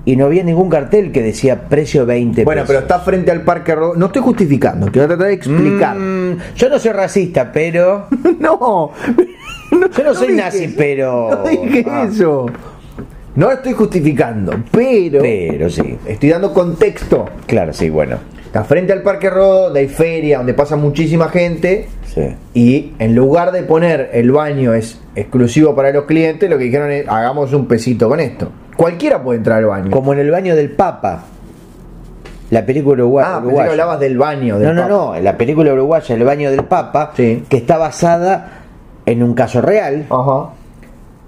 S2: y no había ningún cartel que decía precio 20
S1: Bueno, pero
S2: pesos.
S1: está frente al Parque Rodó. No estoy justificando, quiero tratar de explicar.
S2: Mm, yo no soy racista, pero.
S1: No,
S2: Yo no soy
S1: dije
S2: nazi,
S1: eso.
S2: pero.
S1: No dije
S2: Ah,
S1: eso. No estoy justificando, pero,
S2: Pero sí.
S1: estoy dando contexto.
S2: Claro, sí, bueno.
S1: Está frente al Parque Rodó, donde hay feria, donde pasa muchísima gente.
S2: Sí.
S1: Y en lugar de poner el baño es exclusivo para los clientes, lo que dijeron es hagamos un pesito con esto. Cualquiera puede entrar al baño.
S2: Como en el baño del Papa. La película uruguaya.
S1: ah, pensé que
S2: uruguaya.
S1: hablabas del baño.
S2: no,
S1: del
S2: no,
S1: Papa.
S2: no. La película uruguaya, El baño del Papa,
S1: Sí.
S2: que está basada en un caso real.
S1: Ajá.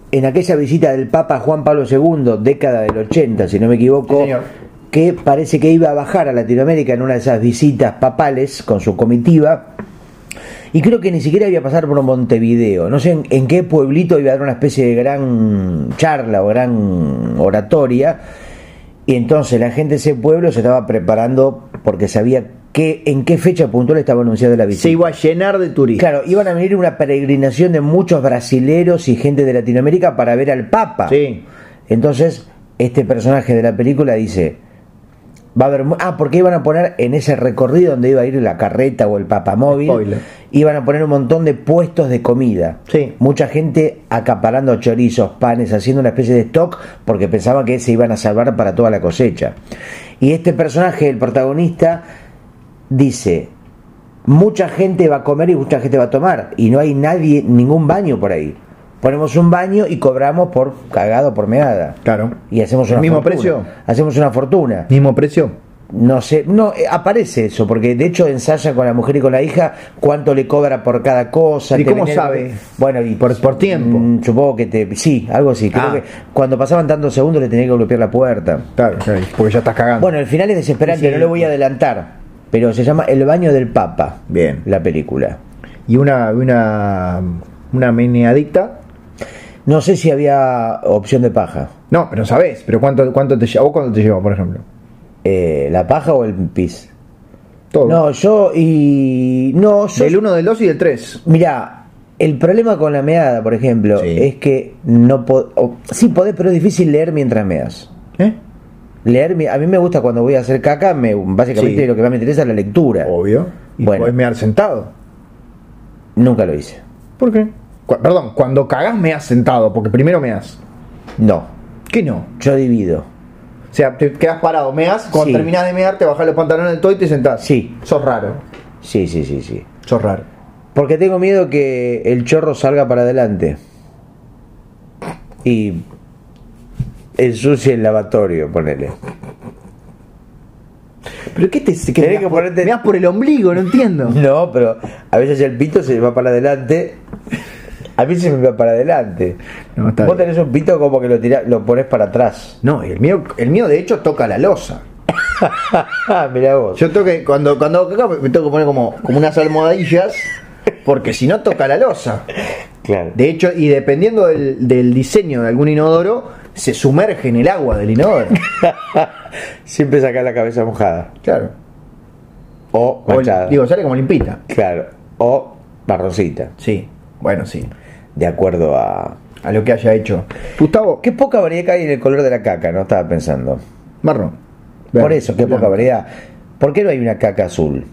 S2: en aquella visita del Papa Juan Pablo II, década del 80, si no me equivoco,
S1: Sí, señor.
S2: que parece que iba a bajar a Latinoamérica en una de esas visitas papales con su comitiva. Y creo que ni siquiera iba a pasar por Montevideo. No sé en, en qué pueblito iba a dar una especie de gran charla o gran oratoria. Y entonces la gente de ese pueblo se estaba preparando porque sabía que, en qué fecha puntual estaba anunciada la visita.
S1: Se iba a llenar de turistas.
S2: Claro, iban a venir una peregrinación de muchos brasileros y gente de Latinoamérica para ver al Papa.
S1: Sí.
S2: Entonces, este personaje de la película dice, va a haber... mu- Ah, porque iban a poner en ese recorrido donde iba a ir la carreta o el papamóvil,
S1: Spoiler.
S2: iban a poner un montón de puestos de comida.
S1: Sí.
S2: Mucha gente acaparando chorizos, panes, haciendo una especie de stock porque pensaban que se iban a salvar para toda la cosecha. Y este personaje, el protagonista, dice, mucha gente va a comer y mucha gente va a tomar y no hay nadie, ningún baño por ahí. Ponemos un baño y cobramos por cagado, por meada.
S1: Claro.
S2: Y hacemos una
S1: ¿El mismo
S2: fortuna.
S1: precio?
S2: Hacemos una fortuna.
S1: Mismo precio.
S2: No sé, no eh, aparece eso, porque de hecho ensaya con la mujer y con la hija cuánto le cobra por cada cosa.
S1: ¿Y
S2: te
S1: cómo
S2: venera-
S1: sabe?
S2: Bueno, y
S1: Por- por tiempo.
S2: Mm, supongo que te, sí, algo así. Creo
S1: Ah.
S2: que cuando pasaban tantos segundos le tenía que golpear la puerta.
S1: Claro, claro, porque ya estás cagando.
S2: Bueno, el final es desesperante,
S1: Ah. Sí, sí.
S2: no lo voy a adelantar, pero se llama El baño del Papa.
S1: Bien.
S2: La película.
S1: y una, una, una meneadita.
S2: No sé si había opción de paja.
S1: No, pero sabés, pero ¿cuánto, cuánto te lleva? ¿Vos cuánto te lleva, por ejemplo?
S2: Eh, ¿La paja o el pis?
S1: Todo.
S2: No, yo y. No, yo.
S1: Oh. del 1, del 2 y del 3.
S2: Mirá, el problema con la meada, por ejemplo,
S1: Sí.
S2: es que no po- o- Sí podés, pero es difícil leer mientras meas.
S1: ¿Eh?
S2: Leer, mi- a mí me gusta cuando voy a hacer caca, me, básicamente
S1: Sí.
S2: lo que más me interesa es la lectura.
S1: Obvio. Y
S2: Bueno.
S1: podés mear sentado.
S2: Nunca lo hice.
S1: ¿Por qué? Cu- perdón, cuando cagás meas sentado, porque primero meas.
S2: No,
S1: ¿Qué no?
S2: yo divido.
S1: O sea, te quedás parado, meas, cuando
S2: Sí.
S1: terminás de mear, te bajás los pantalones del todo y te sentás.
S2: Sí.
S1: Sos raro.
S2: Sí, sí, sí, sí.
S1: Sos raro.
S2: Porque tengo miedo que el chorro salga para adelante. Y ensucie el lavatorio, ponele.
S1: ¿Pero qué te
S2: Tenés que ponerte-
S1: Meas por el ombligo, no entiendo.
S2: No, pero a veces el pito se va para adelante. A mí se me va para adelante.
S1: No, está
S2: Vos
S1: bien.
S2: tenés un pito como que lo tirás, lo pones para atrás.
S1: No, el mío, el mío de hecho toca la losa.
S2: Ah, mirá vos.
S1: Yo tengo que, cuando, cuando hago caca, me tengo que poner como, como unas almohadillas, porque si no toca la losa.
S2: Claro.
S1: De hecho, y dependiendo del, del diseño de algún inodoro, se sumerge en el agua del inodoro.
S2: Siempre sacás la cabeza mojada.
S1: Claro.
S2: O
S1: O el-
S2: manchada.
S1: digo, sale como limpita.
S2: Claro. O marroncita.
S1: Sí, bueno, sí.
S2: De acuerdo a.
S1: A lo que haya hecho. Gustavo,
S2: Qué poca variedad que hay en el color de la caca, no estaba pensando.
S1: marrón.
S2: Por eso, qué poca variedad. ¿Por qué no hay una caca azul?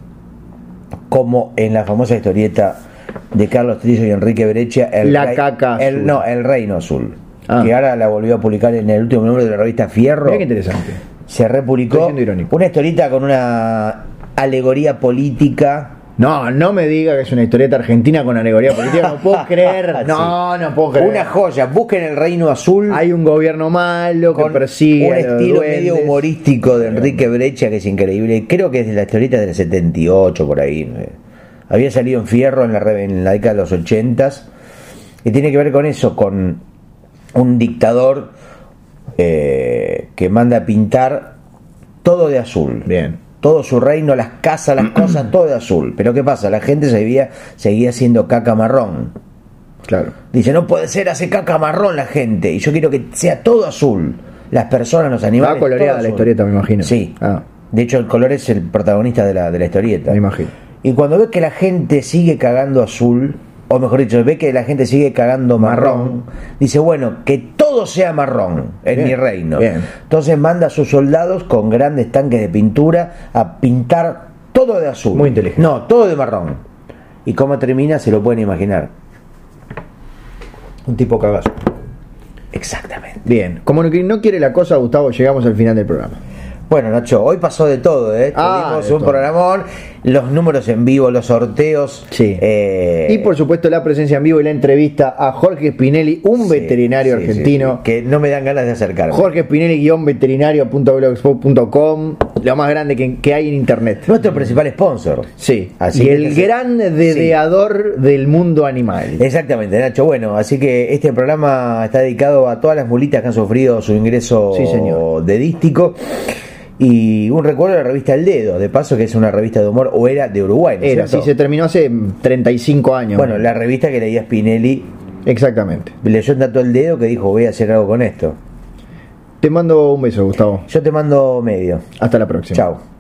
S2: Como en la famosa historieta de Carlos Trillo y Enrique Brecha, el
S1: La caca
S2: el-
S1: azul.
S2: no, el Reino Azul.
S1: Ah.
S2: Que ahora la volvió a publicar en el último número de la revista Fierro.
S1: Mira qué interesante.
S2: Se
S1: Estoy
S2: republicó
S1: siendo irónico.
S2: una historieta con una alegoría política.
S1: No, no me diga que es una historieta argentina con alegoría política. No puedo creer. No,
S2: Ah, Sí.
S1: no puedo creer.
S2: Una joya. Busquen el Reino Azul.
S1: Hay un gobierno malo que
S2: con
S1: persigue.
S2: un
S1: a los
S2: estilo medio
S1: duendes.
S2: humorístico de Enrique Brecha que es increíble. Creo que es de la historieta del 78 por ahí. no sé. Había salido en Fierro en la, re- en la década de los 80 y tiene que ver con eso, con un dictador eh, que manda a pintar todo de azul.
S1: Bien.
S2: Todo su reino, las casas, las cosas, todo de azul. Pero ¿qué pasa? La gente seguía, seguía siendo caca marrón.
S1: Claro.
S2: Dice, no puede ser, hace caca marrón la gente. Y yo quiero que sea todo azul. Las personas, los animales.
S1: Estaba coloreada
S2: todo
S1: la
S2: azul.
S1: historieta, me imagino.
S2: Sí.
S1: Ah.
S2: De hecho, el color es el protagonista de la, de la historieta.
S1: Me imagino.
S2: Y cuando ve que la gente sigue cagando azul, o mejor dicho, ve que la gente sigue cagando marrón,
S1: Marrón.
S2: dice, bueno, que todo sea marrón en
S1: Bien,
S2: mi reino.
S1: bien.
S2: Entonces manda a sus soldados con grandes tanques de pintura a pintar todo de azul.
S1: Muy inteligente.
S2: No, todo de marrón. Y cómo termina se lo pueden imaginar.
S1: Un tipo cagazo.
S2: Exactamente.
S1: Bien. Como no, no quiere la cosa, Gustavo, llegamos al final del programa.
S2: Bueno, Nacho, hoy pasó de todo, ¿eh?
S1: Ah,
S2: Tuvimos
S1: de
S2: un
S1: todo.
S2: programón, los números en vivo, los sorteos.
S1: Sí.
S2: eh,
S1: Y por supuesto la presencia en vivo y la entrevista a Jorge Spinelli, un
S2: sí,
S1: veterinario
S2: sí,
S1: argentino.
S2: sí, que no me dan ganas de acercarme.
S1: Jorge Spinelli-veterinario.blogspot.com, lo más grande que, que hay en internet.
S2: Nuestro principal sponsor.
S1: Sí.
S2: Así
S1: y
S2: que
S1: el
S2: te-
S1: gran dedeador del mundo animal.
S2: Exactamente, Nacho. Bueno, así que este programa está dedicado a todas las mulitas que han sufrido su ingreso
S1: Sí, señor.
S2: dedístico. Y un recuerdo de la revista El Dedo, de paso, que es una revista de humor, o era de Uruguay, ¿no es
S1: Era, sí,
S2: cierto?
S1: se terminó hace 35 años.
S2: Bueno, la revista que leía Spinelli
S1: Exactamente.
S2: leyó tanto El Dedo que dijo, voy a hacer algo con esto.
S1: Te mando un beso, Gustavo.
S2: Yo te mando medio.
S1: Hasta la próxima.
S2: Chao.